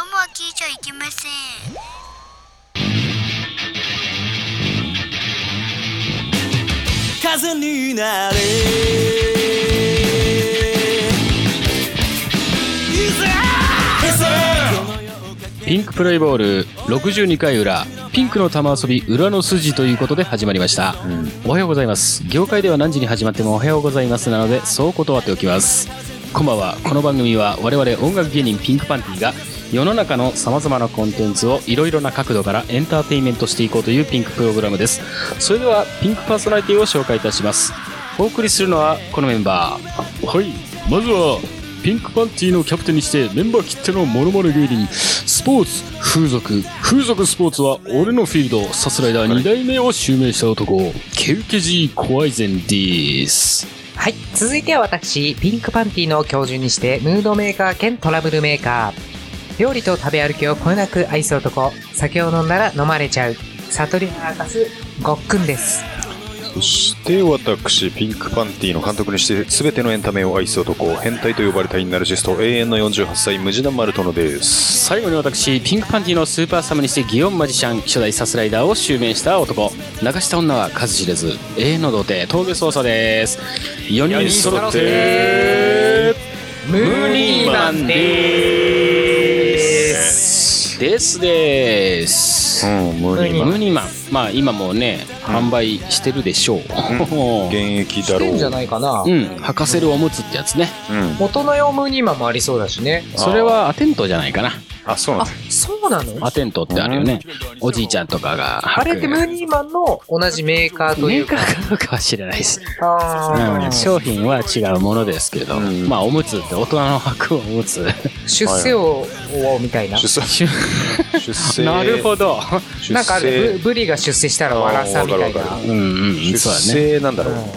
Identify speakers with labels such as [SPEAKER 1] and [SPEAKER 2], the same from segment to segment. [SPEAKER 1] ゃいけません
[SPEAKER 2] 風になれ
[SPEAKER 3] ピンクプレイボール62回裏ピンクの玉遊び裏の筋ということで始まりました、おはようございます業界では何時に始まってもおはようございますなのでそう断っておきますこんばんはこの番組は我々音楽芸人ピンクパンティが世の中のさまざまなコンテンツをいろいろな角度からエンターテインメントしていこうというピンクプログラムですそれではピンクパーソナリティを紹介いたしますお送りするのはこのメンバーはいまずはピンクパンティのキャプテンにしてメンバー切手のモノマネ芸人スポーツ風俗風俗スポーツは俺のフィールドサスライダー2代目を襲名した男ケウケジーコアイゼンです
[SPEAKER 4] はい。続いては私、ピンクパンティの教授にして、ムードメーカー兼トラブルメーカー。料理と食べ歩きをこよなく愛す男。酒を飲んだら飲まれちゃう。悟りを明かす、ごっくんです。
[SPEAKER 5] そして私、ピンクパンティの監督にして全てのエンタメを愛す男、変態と呼ばれたインナルシスト、永遠の48歳、ムジナ・マルトノです。
[SPEAKER 3] 最後に私ピンクパンティのスーパーサムにして祇園マジシャン初代サスライダーを襲名した男流した女は数知れず永遠の童貞峠捜査です4人揃って
[SPEAKER 4] ム
[SPEAKER 3] ーニーマンですですです
[SPEAKER 5] うん、ムーニーマン
[SPEAKER 3] ムニマン、まあ今もね、販売してるでしょう。
[SPEAKER 5] 現役だ
[SPEAKER 4] して
[SPEAKER 5] ろ
[SPEAKER 4] ん
[SPEAKER 5] う。
[SPEAKER 4] じゃないかな。
[SPEAKER 3] うん、履かせるおむつってやつね。
[SPEAKER 5] うん。
[SPEAKER 4] 元の用ムーニーマンもありそうだしね。
[SPEAKER 3] それはアテントじゃないかな。
[SPEAKER 5] あ、そうな
[SPEAKER 4] あ
[SPEAKER 5] んだ。、
[SPEAKER 4] そうなの
[SPEAKER 3] アテントってあるよね。おじいちゃんとかが履く。
[SPEAKER 4] あれってムーニーマンの同じメーカーと
[SPEAKER 3] メ
[SPEAKER 4] い
[SPEAKER 3] ー
[SPEAKER 4] うか。
[SPEAKER 3] カーかどうかは知らないです。
[SPEAKER 4] あ
[SPEAKER 3] うん
[SPEAKER 4] ー
[SPEAKER 3] 商品は違うものですけど、
[SPEAKER 5] うん
[SPEAKER 3] まあおむつって大人の履くおむつ。
[SPEAKER 4] 出世王みたいな。
[SPEAKER 5] 出産出 生。
[SPEAKER 3] なるほど。
[SPEAKER 5] 出生。
[SPEAKER 4] なんかあるブブリが出世したら笑さみたい
[SPEAKER 5] あーわかる
[SPEAKER 4] な
[SPEAKER 5] わ。
[SPEAKER 3] うんうん、
[SPEAKER 5] 出
[SPEAKER 3] そうだね。
[SPEAKER 5] 生なんだろう。
[SPEAKER 4] うんだか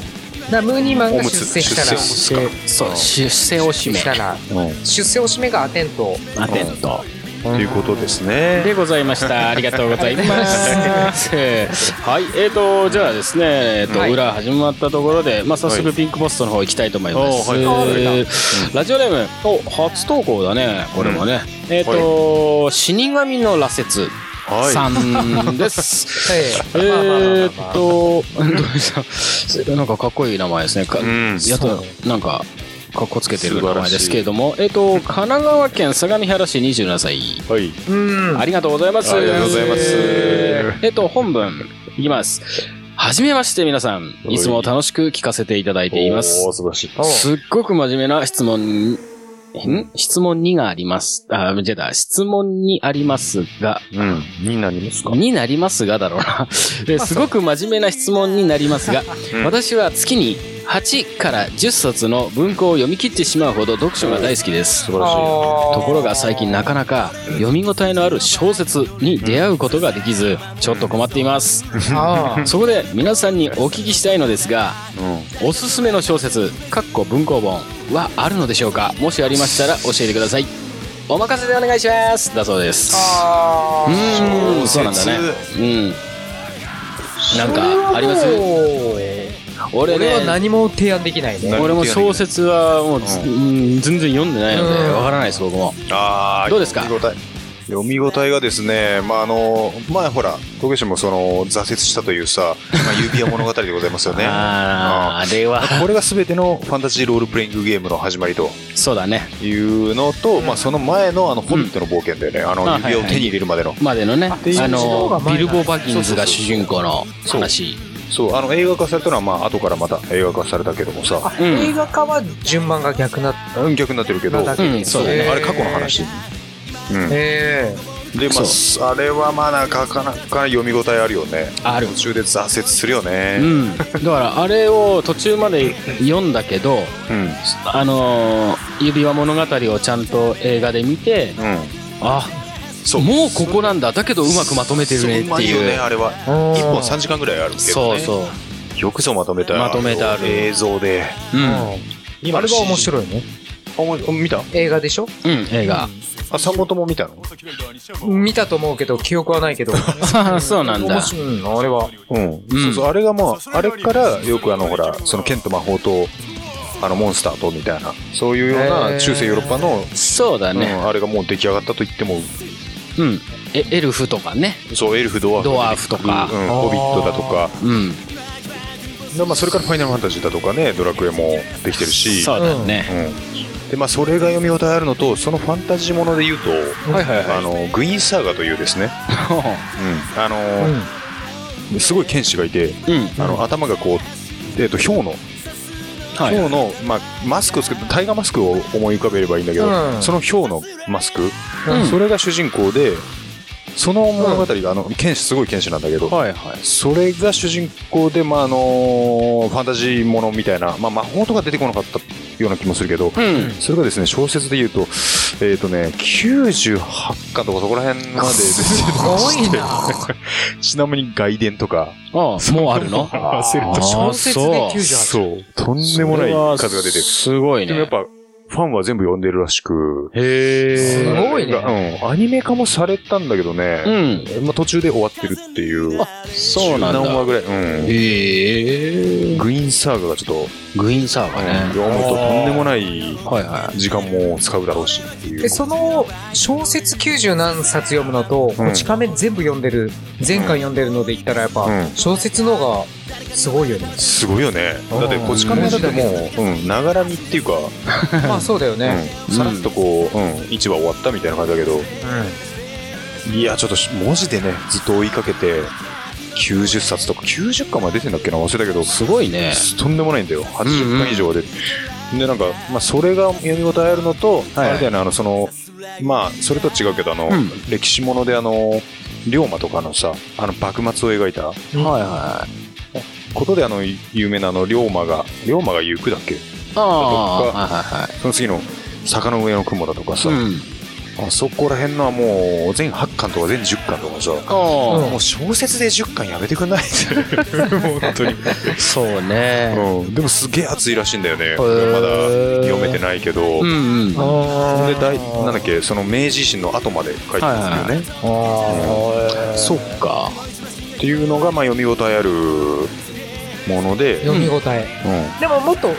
[SPEAKER 4] らムーニーマンが出世した
[SPEAKER 5] おむ
[SPEAKER 4] ら
[SPEAKER 5] つ
[SPEAKER 3] 出世そう、出世おしめ
[SPEAKER 4] し。たら
[SPEAKER 5] うん
[SPEAKER 4] 出世おしめがアテント
[SPEAKER 3] アテント。
[SPEAKER 5] ということですね。
[SPEAKER 3] でございま した。ありがとうございます。はい、えーと、じゃあですね、えーと、
[SPEAKER 4] はい
[SPEAKER 3] 裏始まったところで、まあ、早
[SPEAKER 5] は
[SPEAKER 3] 速
[SPEAKER 5] い
[SPEAKER 3] ピンクポストの方行きたいと思います。
[SPEAKER 5] おーはい
[SPEAKER 3] えーラジオネーム、お、初投稿だね、これもね。えーと、死神の羅刹
[SPEAKER 5] はい。
[SPEAKER 3] さんです。 えーと、どうした なんかかっこいい名前ですね。か
[SPEAKER 5] うん。
[SPEAKER 3] やっとなんかかっこつけてる名前ですけれども、えっと神奈川県相模原市27歳。
[SPEAKER 5] はい。
[SPEAKER 4] うん
[SPEAKER 3] ありがとうございます。
[SPEAKER 5] ありがとうございます
[SPEAKER 3] えっと、本文、いきます。はじめまして、皆さん。いつも楽しく聞かせていただいていま
[SPEAKER 5] お
[SPEAKER 3] す
[SPEAKER 5] ー。素晴らしい。
[SPEAKER 3] すっごく真面目な質問に、ん質問2があります。あ、間違えた。質問にありますが、
[SPEAKER 5] うん。になりますか
[SPEAKER 3] になりますがだろうな。 えすごく真面目な質問になりますが、
[SPEAKER 5] うん
[SPEAKER 3] 私は月に8から10冊の文庫を読み切ってしまうほど読書が大好きです。
[SPEAKER 5] 素晴らしい。
[SPEAKER 3] ところが最近なかなか読み応えのある小説に出会うことができずちょっと困ってい ます
[SPEAKER 4] あー
[SPEAKER 3] そこで皆さんにお聞きしたいのですが
[SPEAKER 5] うん。
[SPEAKER 3] おすすめの小説かっこ文庫本はあるのでしょうかもしありましたら教えてくださいお任せでお願いしますだそうです
[SPEAKER 4] あ
[SPEAKER 3] う
[SPEAKER 4] ー
[SPEAKER 3] ーんそうなんだねうんなんかあります俺
[SPEAKER 4] 俺は
[SPEAKER 3] ね
[SPEAKER 4] 何も提案できないね
[SPEAKER 5] 何
[SPEAKER 3] 俺も小説はもうず、
[SPEAKER 5] う
[SPEAKER 3] うん全然読んでないのでわからないです僕も
[SPEAKER 5] あー
[SPEAKER 3] どうですか
[SPEAKER 5] 読み応え読み応えがですね、まあ、あの、前ほら、東京市もその、挫折したというさ、まあ、指輪物語でございますよね。
[SPEAKER 3] あああれは
[SPEAKER 5] これが全てのファンタジーロールプレイングゲームの始まりと
[SPEAKER 3] そうだね
[SPEAKER 5] いうのと、まあ、その前のあの、ホビットの冒険だよね。あ
[SPEAKER 3] あ
[SPEAKER 5] の、指輪を
[SPEAKER 3] はいはい
[SPEAKER 5] 手に入れるまでの。
[SPEAKER 3] までのね、あ
[SPEAKER 5] ていう
[SPEAKER 4] のが
[SPEAKER 3] の
[SPEAKER 4] 前
[SPEAKER 3] ビ
[SPEAKER 4] なんだ
[SPEAKER 3] ルボ・バギンズが主人公の話。
[SPEAKER 5] そう、あの、映画化されたのは、まあ、後からまた映画化されたけどもさ、
[SPEAKER 3] うん
[SPEAKER 4] 映画化は順番が逆なった
[SPEAKER 5] うん逆になってるけど、
[SPEAKER 4] なんだっけ
[SPEAKER 3] うんそうだね
[SPEAKER 5] あれ過去の話。うん。
[SPEAKER 4] え
[SPEAKER 5] で、まあ、あれはまあ、なかなか読み応えあるよね。
[SPEAKER 3] ある
[SPEAKER 5] 途中で挫折するよ
[SPEAKER 3] う
[SPEAKER 5] ね。
[SPEAKER 3] ん、だからあれを途中まで読んだけど、
[SPEAKER 5] うん。
[SPEAKER 3] あのー指輪物語をちゃんと映画で見て
[SPEAKER 5] うん。
[SPEAKER 3] あ
[SPEAKER 5] そう
[SPEAKER 3] もうここなんだだけどうまくまとめてるねって
[SPEAKER 5] まいよ
[SPEAKER 3] い
[SPEAKER 5] ね
[SPEAKER 3] う
[SPEAKER 5] あれは
[SPEAKER 4] えうん
[SPEAKER 5] 1本3時間ぐらいあるけど、ね、
[SPEAKER 3] そうそう、
[SPEAKER 5] よくぞまとめた
[SPEAKER 3] まとめてある
[SPEAKER 5] 映像で
[SPEAKER 3] うん
[SPEAKER 4] うんあれが面白いね
[SPEAKER 5] あもう見た
[SPEAKER 4] 映画でしょ
[SPEAKER 3] うん、映画
[SPEAKER 5] あ3本とも見たの
[SPEAKER 4] 見たと思うけど記憶はないけど
[SPEAKER 3] そうなん だ
[SPEAKER 4] 面白いうんあれは
[SPEAKER 5] うん、そうそうあれがまああれからよくあのほらその剣と魔法とあのモンスターとみたいなそういうよう
[SPEAKER 4] へー
[SPEAKER 5] な中世ヨーロッパの、
[SPEAKER 3] そうだ
[SPEAKER 5] うん
[SPEAKER 3] ね
[SPEAKER 5] あれがもう出来上がったと言っても
[SPEAKER 3] うん。え、エルフとかね。
[SPEAKER 5] そう、エルフ、ドワーフ。
[SPEAKER 3] ドワーフとか
[SPEAKER 5] うん、ホビットだとか。
[SPEAKER 3] うん。
[SPEAKER 5] でまあ、それからファイナルファンタジーだとかね、ドラクエもできてるし。
[SPEAKER 3] そうだよね。
[SPEAKER 5] うんでまあ、それが読み応えあるのとそのファンタジーもので言うと、あのグイーンサーガというですね、あのーすごい剣士がいて
[SPEAKER 3] うん。
[SPEAKER 5] あの頭がこう、えー、とヒョウの、
[SPEAKER 3] はい。
[SPEAKER 5] ヒョウの、まあ、マスクを作ってタイガーマスクを思い浮かべればいいんだけど、
[SPEAKER 4] うん
[SPEAKER 5] そのヒョウのマスク、
[SPEAKER 3] うん
[SPEAKER 5] それが主人公でその物語が、あの剣士すごい剣士なんだけど、
[SPEAKER 3] はいはい。
[SPEAKER 5] それが主人公で、まああのーファンタジーものみたいな、まあ、魔法とか出てこなかったような気もするけど、
[SPEAKER 3] うん。
[SPEAKER 5] それがですね小説で言うと,、えーとね、98巻とかそこら辺まで出てたりして ちなみに外伝とか
[SPEAKER 3] ああ、もう あるの
[SPEAKER 5] 焦ると
[SPEAKER 4] 小説で
[SPEAKER 3] ああ
[SPEAKER 4] 98
[SPEAKER 5] そうとんでもない数が出てる
[SPEAKER 3] すごいね。
[SPEAKER 5] でもやっぱファンは全部読んでるらしく
[SPEAKER 3] へ
[SPEAKER 4] す
[SPEAKER 3] え。
[SPEAKER 4] ごいね
[SPEAKER 5] それがうん、アニメ化もされたんだけど
[SPEAKER 3] う
[SPEAKER 5] ね、
[SPEAKER 3] ん。
[SPEAKER 5] まあ、途中で終わってるっていう
[SPEAKER 3] そうなんだ
[SPEAKER 5] 十何話ぐらい、うん、
[SPEAKER 3] へえ。
[SPEAKER 5] グイーンサーガがちょっ
[SPEAKER 3] グイーンサー
[SPEAKER 5] と、
[SPEAKER 3] がね。
[SPEAKER 5] 読むととんでもない
[SPEAKER 3] はいは
[SPEAKER 5] 時間も使うだろうしっていう
[SPEAKER 4] えその小説90何冊読むのと、
[SPEAKER 5] うん
[SPEAKER 4] こち亀全部読んでる前回読んでるので言ったらやっぱ、
[SPEAKER 5] うん
[SPEAKER 4] 小説の方がすごいよね
[SPEAKER 5] すごいよねだって
[SPEAKER 4] うん
[SPEAKER 5] こち亀だってもううんながらみっていうか、
[SPEAKER 4] まあそうだよね、
[SPEAKER 5] うんさらっとこう、うん、市場終わったみたいな感じだけどいやちょっとし文字でねずっと追いかけて90冊とか90巻まで出てんだっけな忘れたけど
[SPEAKER 3] い。すごいね。
[SPEAKER 5] とんでもないんだよ80巻以上は出て、でなんか、まあ、それが読み応えあるのと、
[SPEAKER 3] はい
[SPEAKER 5] あれだよねあのそのまあそれとは違うけどあの、
[SPEAKER 3] うん
[SPEAKER 5] 歴史ものであの龍馬とかのさあの幕末を描いた
[SPEAKER 3] はいはい。
[SPEAKER 5] ことであの有名なあの龍馬が龍馬が行くだっけ
[SPEAKER 3] ああ、はいはいはい。
[SPEAKER 5] その次の坂の上の雲だとかさ、
[SPEAKER 3] うん。
[SPEAKER 5] あそこら辺のはもう全8巻とか全10巻とかさ、
[SPEAKER 3] あ
[SPEAKER 5] もう小説で10巻やめてくん ない本当に、
[SPEAKER 3] あ、そうね。
[SPEAKER 5] うん、でもすげえ熱いらしいんだよねま
[SPEAKER 3] ー
[SPEAKER 5] だ読めてないけど、
[SPEAKER 3] うんうん。は
[SPEAKER 5] ほん
[SPEAKER 4] あ
[SPEAKER 5] で大なんだっけその明治維新の後まで書いてますよね、
[SPEAKER 3] いはい。ああ、そっか。
[SPEAKER 5] っていうのがまあ読み応えあるもので、
[SPEAKER 4] 読み応え、
[SPEAKER 5] うん
[SPEAKER 4] でももっと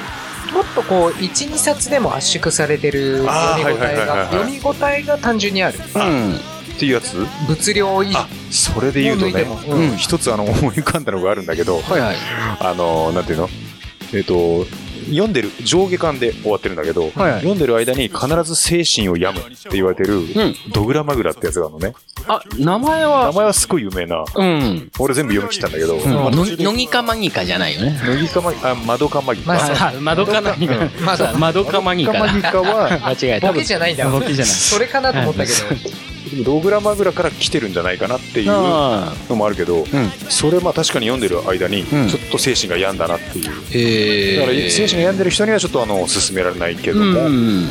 [SPEAKER 4] もっとこう12冊でも圧縮されてる
[SPEAKER 5] あー
[SPEAKER 4] 読み応え
[SPEAKER 5] はいはいはいはい
[SPEAKER 4] が読み応えが単純にある
[SPEAKER 3] うん。
[SPEAKER 5] っていうやつ
[SPEAKER 4] 物量以上
[SPEAKER 5] あそれで言うとね
[SPEAKER 4] もう抜いても
[SPEAKER 5] うん一つあの 思い浮かんだのがあるんだけど、
[SPEAKER 3] はいはい。
[SPEAKER 5] あのなんていうのえっ、と読んでる上下巻で終わってるんだけど、
[SPEAKER 3] はいはい
[SPEAKER 5] 読んでる間に必ず精神を病むって言われてる、
[SPEAKER 3] ん
[SPEAKER 5] ドグラマグラってやつがあるのね
[SPEAKER 3] あ、名前
[SPEAKER 5] 名
[SPEAKER 3] は、
[SPEAKER 5] 前はすごい有名な
[SPEAKER 3] うん。
[SPEAKER 5] 俺全部読み切ったんだけど、まあ
[SPEAKER 3] ののぎかまぎかじゃないよね。
[SPEAKER 5] 乃木かまあマドカマギか、
[SPEAKER 4] まあ
[SPEAKER 3] あ、まどかなぎか。
[SPEAKER 4] まだ
[SPEAKER 3] まどかまぎか
[SPEAKER 5] マギ
[SPEAKER 3] だ。
[SPEAKER 5] カは
[SPEAKER 3] 間違えた。
[SPEAKER 4] ボケじゃないんだ
[SPEAKER 3] ボケじゃない。
[SPEAKER 4] それかなと思ったけど
[SPEAKER 5] ドグラマグラから来てるんじゃないかなっていうの
[SPEAKER 3] あ
[SPEAKER 5] もあるけ
[SPEAKER 3] あ。
[SPEAKER 5] ど、
[SPEAKER 3] うん。
[SPEAKER 5] それまあ確かに読んでる間に
[SPEAKER 3] うん
[SPEAKER 5] ちょっと精神が病んだなっていう、
[SPEAKER 3] ええ。
[SPEAKER 5] だから精神が病んでる人にはちょっとあの勧められないけども、
[SPEAKER 3] うん。
[SPEAKER 5] も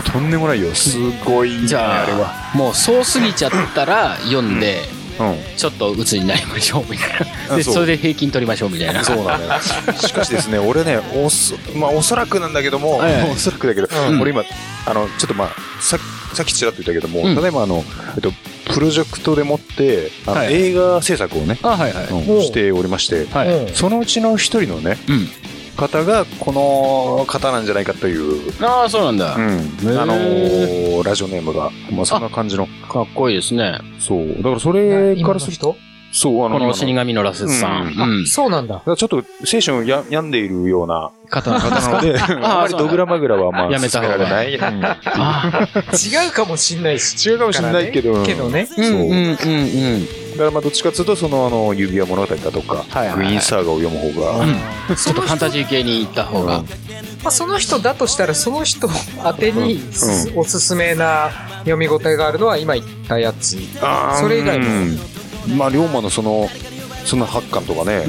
[SPEAKER 5] うとんでもないよすごいね
[SPEAKER 3] じゃあ、
[SPEAKER 5] あれは、
[SPEAKER 3] もうそう過ぎちゃったら読んで、
[SPEAKER 5] うん、
[SPEAKER 3] ちょっと鬱になりましょうみたいな。
[SPEAKER 5] あ
[SPEAKER 3] で、
[SPEAKER 5] そう
[SPEAKER 3] それで平均取りましょうみたいな。
[SPEAKER 5] そうなの よ。しかしですね、俺ね、おそ、まあ、おそらくなんだけども、
[SPEAKER 3] はいはい
[SPEAKER 5] おそらくだけど、
[SPEAKER 3] うん
[SPEAKER 5] 俺今、あの、ちょっとまあ、ささっきちらっと言ったけども、
[SPEAKER 3] うん
[SPEAKER 5] 例えばあの、えっと、プロジェクトでもって、あの
[SPEAKER 3] はい
[SPEAKER 5] 映画制作をね、
[SPEAKER 3] あ、はいはい。
[SPEAKER 5] うん
[SPEAKER 4] おう
[SPEAKER 5] しておりまして、
[SPEAKER 3] はい。
[SPEAKER 4] うん
[SPEAKER 5] そのうちの一人のね、
[SPEAKER 3] うん。
[SPEAKER 5] 方が、この方なんじゃないかという、
[SPEAKER 3] ああ、そうなんだ。
[SPEAKER 5] あのーラジオネームが、まあ、そんな感じの、
[SPEAKER 3] かっこいいですね。
[SPEAKER 5] そう。だからそれ
[SPEAKER 4] 今
[SPEAKER 5] か
[SPEAKER 4] の
[SPEAKER 5] らする
[SPEAKER 4] 人
[SPEAKER 5] と、そう、あの、
[SPEAKER 3] この
[SPEAKER 5] 今
[SPEAKER 3] 死神の羅刹さん。
[SPEAKER 5] うん
[SPEAKER 3] うん。
[SPEAKER 4] そうなんだ
[SPEAKER 5] だからちょっと精神をや病んでいるような
[SPEAKER 3] 方の方
[SPEAKER 5] なので、あまりドグラマグラはまあ、
[SPEAKER 3] やめた方が
[SPEAKER 5] 勧められない。うん
[SPEAKER 3] あ
[SPEAKER 4] 違うかもしんないし
[SPEAKER 5] 違うかもしれないけど、
[SPEAKER 4] けどね
[SPEAKER 5] そう
[SPEAKER 3] うんうんうんうん。
[SPEAKER 5] だからまあどっちかというと、そのあの、指輪物語だとか、
[SPEAKER 3] はいはい
[SPEAKER 5] グイーンサーガを読む方が、
[SPEAKER 3] うん。ちょっとファンタジー系に行った方が。
[SPEAKER 4] まあ、その人だとしたらその人宛てにすおすすめな読み応えがあるのは今言ったやつ、
[SPEAKER 5] あー
[SPEAKER 4] それ以外も
[SPEAKER 5] うんまあ、龍馬のその、その八巻とかね、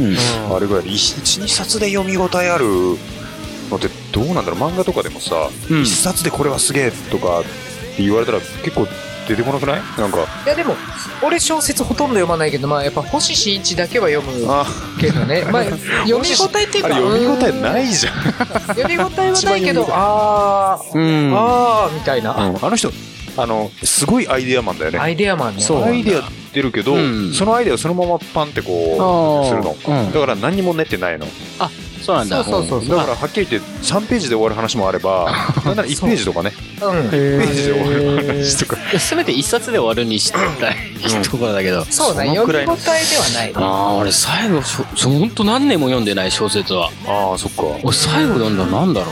[SPEAKER 3] うん
[SPEAKER 5] あれぐらいで、1、2冊で読み応えあるのってどうなんだろう、漫画とかでもさ、
[SPEAKER 3] うん
[SPEAKER 5] 1冊でこれはすげえとかって言われたら結構出てこなくないなんか、
[SPEAKER 4] いやでも俺小説ほとんど読まないけどまあやっぱ星新一だけは読む
[SPEAKER 5] あ
[SPEAKER 4] けどねまあ読み応えっていう
[SPEAKER 5] あ
[SPEAKER 4] か
[SPEAKER 5] れ読み応えないいじゃん。
[SPEAKER 4] 読み応えはないけど
[SPEAKER 5] 一番読み応え
[SPEAKER 4] あー、
[SPEAKER 3] うん。
[SPEAKER 4] あーみたいな、
[SPEAKER 5] うんあの人あのすごいアイデアマンだよね
[SPEAKER 4] アイデアマンね
[SPEAKER 3] そう
[SPEAKER 5] アイデア出るけど、
[SPEAKER 3] うん
[SPEAKER 5] そのアイデアをそのままパンってこうするの
[SPEAKER 3] うん
[SPEAKER 5] だから何にも練ってないの
[SPEAKER 3] あ、そうなんだ。
[SPEAKER 4] そうそうそう
[SPEAKER 5] だからはっきり言って3ページで終わる話もあればなんなら1ページ とかね
[SPEAKER 4] うん。
[SPEAKER 5] 1ページで終わる話とか
[SPEAKER 3] いやせめて一冊で終わるにしたいところだけど。
[SPEAKER 4] そうだね。
[SPEAKER 5] その
[SPEAKER 4] 読
[SPEAKER 5] くらい
[SPEAKER 4] み
[SPEAKER 5] の
[SPEAKER 4] 応えではない。
[SPEAKER 3] ああ、俺最後、しょそうほんと何年も読んでない小説は。
[SPEAKER 5] ああそっか
[SPEAKER 3] 俺最後読んだのなんだろう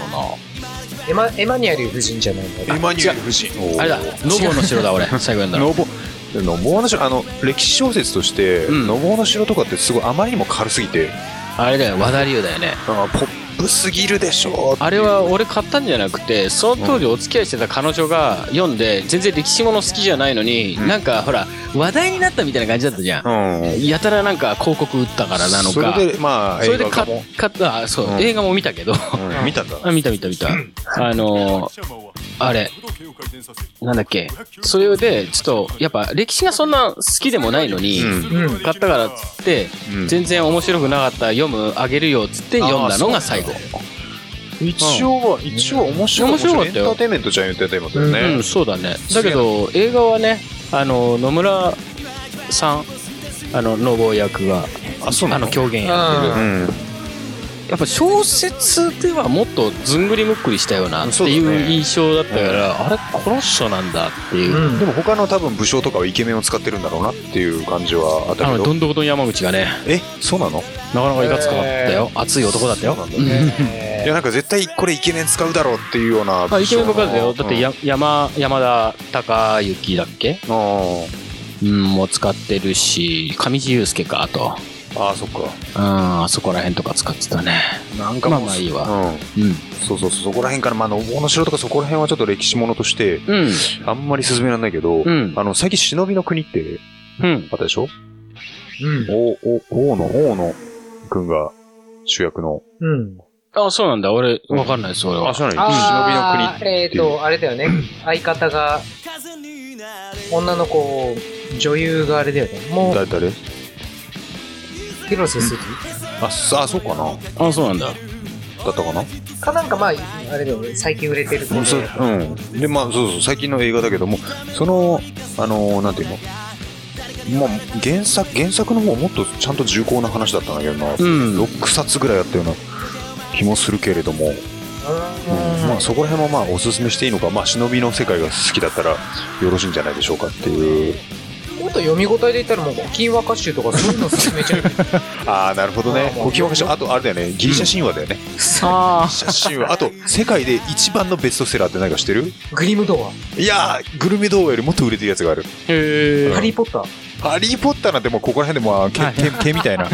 [SPEAKER 4] エマエマニュエル夫人じゃないんだよ。
[SPEAKER 5] マニュエル夫人
[SPEAKER 3] な。あれだ、ノボの城だ俺、最後読んだの。
[SPEAKER 5] ノボノボの城あの歴史小説として、
[SPEAKER 3] うん
[SPEAKER 5] ノボの城とかってすごいあまりにも軽すぎて
[SPEAKER 3] あれだよ、和田龍だよね。
[SPEAKER 5] あーポップすぎるでしょ
[SPEAKER 3] あれは俺買ったんじゃなくてその当時お付き合いしてた彼女が読んで全然歴史もの好きじゃないのに、
[SPEAKER 5] うん
[SPEAKER 3] なんかほら話題になったみたいな感じだったじゃん、
[SPEAKER 5] うん
[SPEAKER 3] やたらなんか広告打ったからなの
[SPEAKER 5] そ
[SPEAKER 3] か
[SPEAKER 5] れでまあ
[SPEAKER 3] それ
[SPEAKER 5] 映
[SPEAKER 3] で
[SPEAKER 5] 画
[SPEAKER 3] か
[SPEAKER 5] 化も、
[SPEAKER 3] 買ったあそう、
[SPEAKER 5] うん
[SPEAKER 3] 映画も見たけど
[SPEAKER 5] うん見たんだ
[SPEAKER 3] あ見た見た見たあのーあれなんだっけそれでちょっとやっぱ歴史がそんな好きでもないのに、
[SPEAKER 5] うん
[SPEAKER 4] うん。
[SPEAKER 3] 買ったからっつって、
[SPEAKER 5] うん
[SPEAKER 3] 全然面白くなかったら読むあげるよっつって読んだのが最後
[SPEAKER 5] 一応は一応面白い
[SPEAKER 3] 面白かったよ
[SPEAKER 5] エンターテインメントじゃんエンターテインメントだよね、
[SPEAKER 3] うん、そうだね。だけど、映画はね、あの、野村さん、あの、ノボ役が、
[SPEAKER 5] あそうなの
[SPEAKER 3] あの、狂言や。
[SPEAKER 4] う
[SPEAKER 5] うん
[SPEAKER 3] やっぱ小説ではもっとずんぐりむっくりしたようなってい
[SPEAKER 5] そうだ
[SPEAKER 3] う
[SPEAKER 5] ね
[SPEAKER 3] 印象だったから、あれ、この人なんだっていう。
[SPEAKER 4] ん。うん
[SPEAKER 5] でも他の多分武将とかはイケメンを使ってるんだろうなっていう感じはあ
[SPEAKER 3] あ
[SPEAKER 5] った
[SPEAKER 3] の、
[SPEAKER 5] け
[SPEAKER 3] ど
[SPEAKER 5] ど
[SPEAKER 3] んどこどん山口がね、
[SPEAKER 5] えそうなの
[SPEAKER 3] なかなかいかつかったよ。熱い男だったよ。
[SPEAKER 5] そうなんだ
[SPEAKER 3] うん
[SPEAKER 5] いやなんか絶対これイケメン使うだろうっていうような
[SPEAKER 3] あイケメンばっかりだよ。だって、
[SPEAKER 5] や
[SPEAKER 3] や、山、山田孝之だっけ
[SPEAKER 5] あー
[SPEAKER 3] うん、もう使ってるし、上地雄介か、あと。
[SPEAKER 5] あーそっか
[SPEAKER 3] うん、あそこら辺とか使ってたね。
[SPEAKER 5] なんかもう
[SPEAKER 3] まあまあいいわ
[SPEAKER 5] うん
[SPEAKER 3] うん。
[SPEAKER 5] そうそうそうそこら辺からまああのおの城とかそこら辺はちょっと歴史ものとして
[SPEAKER 3] うん。
[SPEAKER 5] あんまり進められないけど、
[SPEAKER 3] うん
[SPEAKER 5] あの最近忍びの国って
[SPEAKER 3] うん。
[SPEAKER 5] あったでしょ
[SPEAKER 4] うん。
[SPEAKER 5] おお王の王の君が主役の
[SPEAKER 4] うん。
[SPEAKER 3] あ、そうなんだ。俺、わかんないです、俺は。
[SPEAKER 5] 知ら
[SPEAKER 4] あー
[SPEAKER 5] 忍びの国
[SPEAKER 4] え
[SPEAKER 5] っ
[SPEAKER 4] って
[SPEAKER 5] いう
[SPEAKER 4] と、あれだよね。相方が、女の子を、女優があれだよね。もう、
[SPEAKER 5] 誰誰
[SPEAKER 4] 広瀬すず
[SPEAKER 5] あそあそうかなだ
[SPEAKER 3] あ、そうなんだ。
[SPEAKER 5] ったかな
[SPEAKER 4] かなんかまあ、あれだよね。最近売れてる子
[SPEAKER 5] う
[SPEAKER 4] で
[SPEAKER 5] ん、。そううん、でまあそうそう最近の映画だけどもそのあのーなんていうのまあ原作原作の方はもっとちゃんと重厚な話だったんだけどな、
[SPEAKER 3] ん
[SPEAKER 5] 6冊ぐらいあったような気もするけれども、
[SPEAKER 4] うん
[SPEAKER 5] まあ、そこら辺もまあおすすめしていいのか、まあ、忍びの世界が好きだったらよろしいんじゃないでしょうかっていう
[SPEAKER 4] もっと読み応えで言ったらもう、古今和歌集とかそういうの勧めちゃう。
[SPEAKER 5] ああなるほどね
[SPEAKER 4] あー
[SPEAKER 5] 古今和歌集あとあれだよねギリシャ神話だよね、
[SPEAKER 3] あ
[SPEAKER 5] ギリシャ神話あと 世界で一番のベストセラーって何か知ってる
[SPEAKER 4] グリムドア、
[SPEAKER 5] いやーグルメ動画よりもっと売れてるやつがある
[SPEAKER 3] あ。へ
[SPEAKER 4] ハ
[SPEAKER 3] え。
[SPEAKER 4] リーポッター、
[SPEAKER 5] ハリー・ポッターなんてもうここら辺でもう毛毛毛み たいな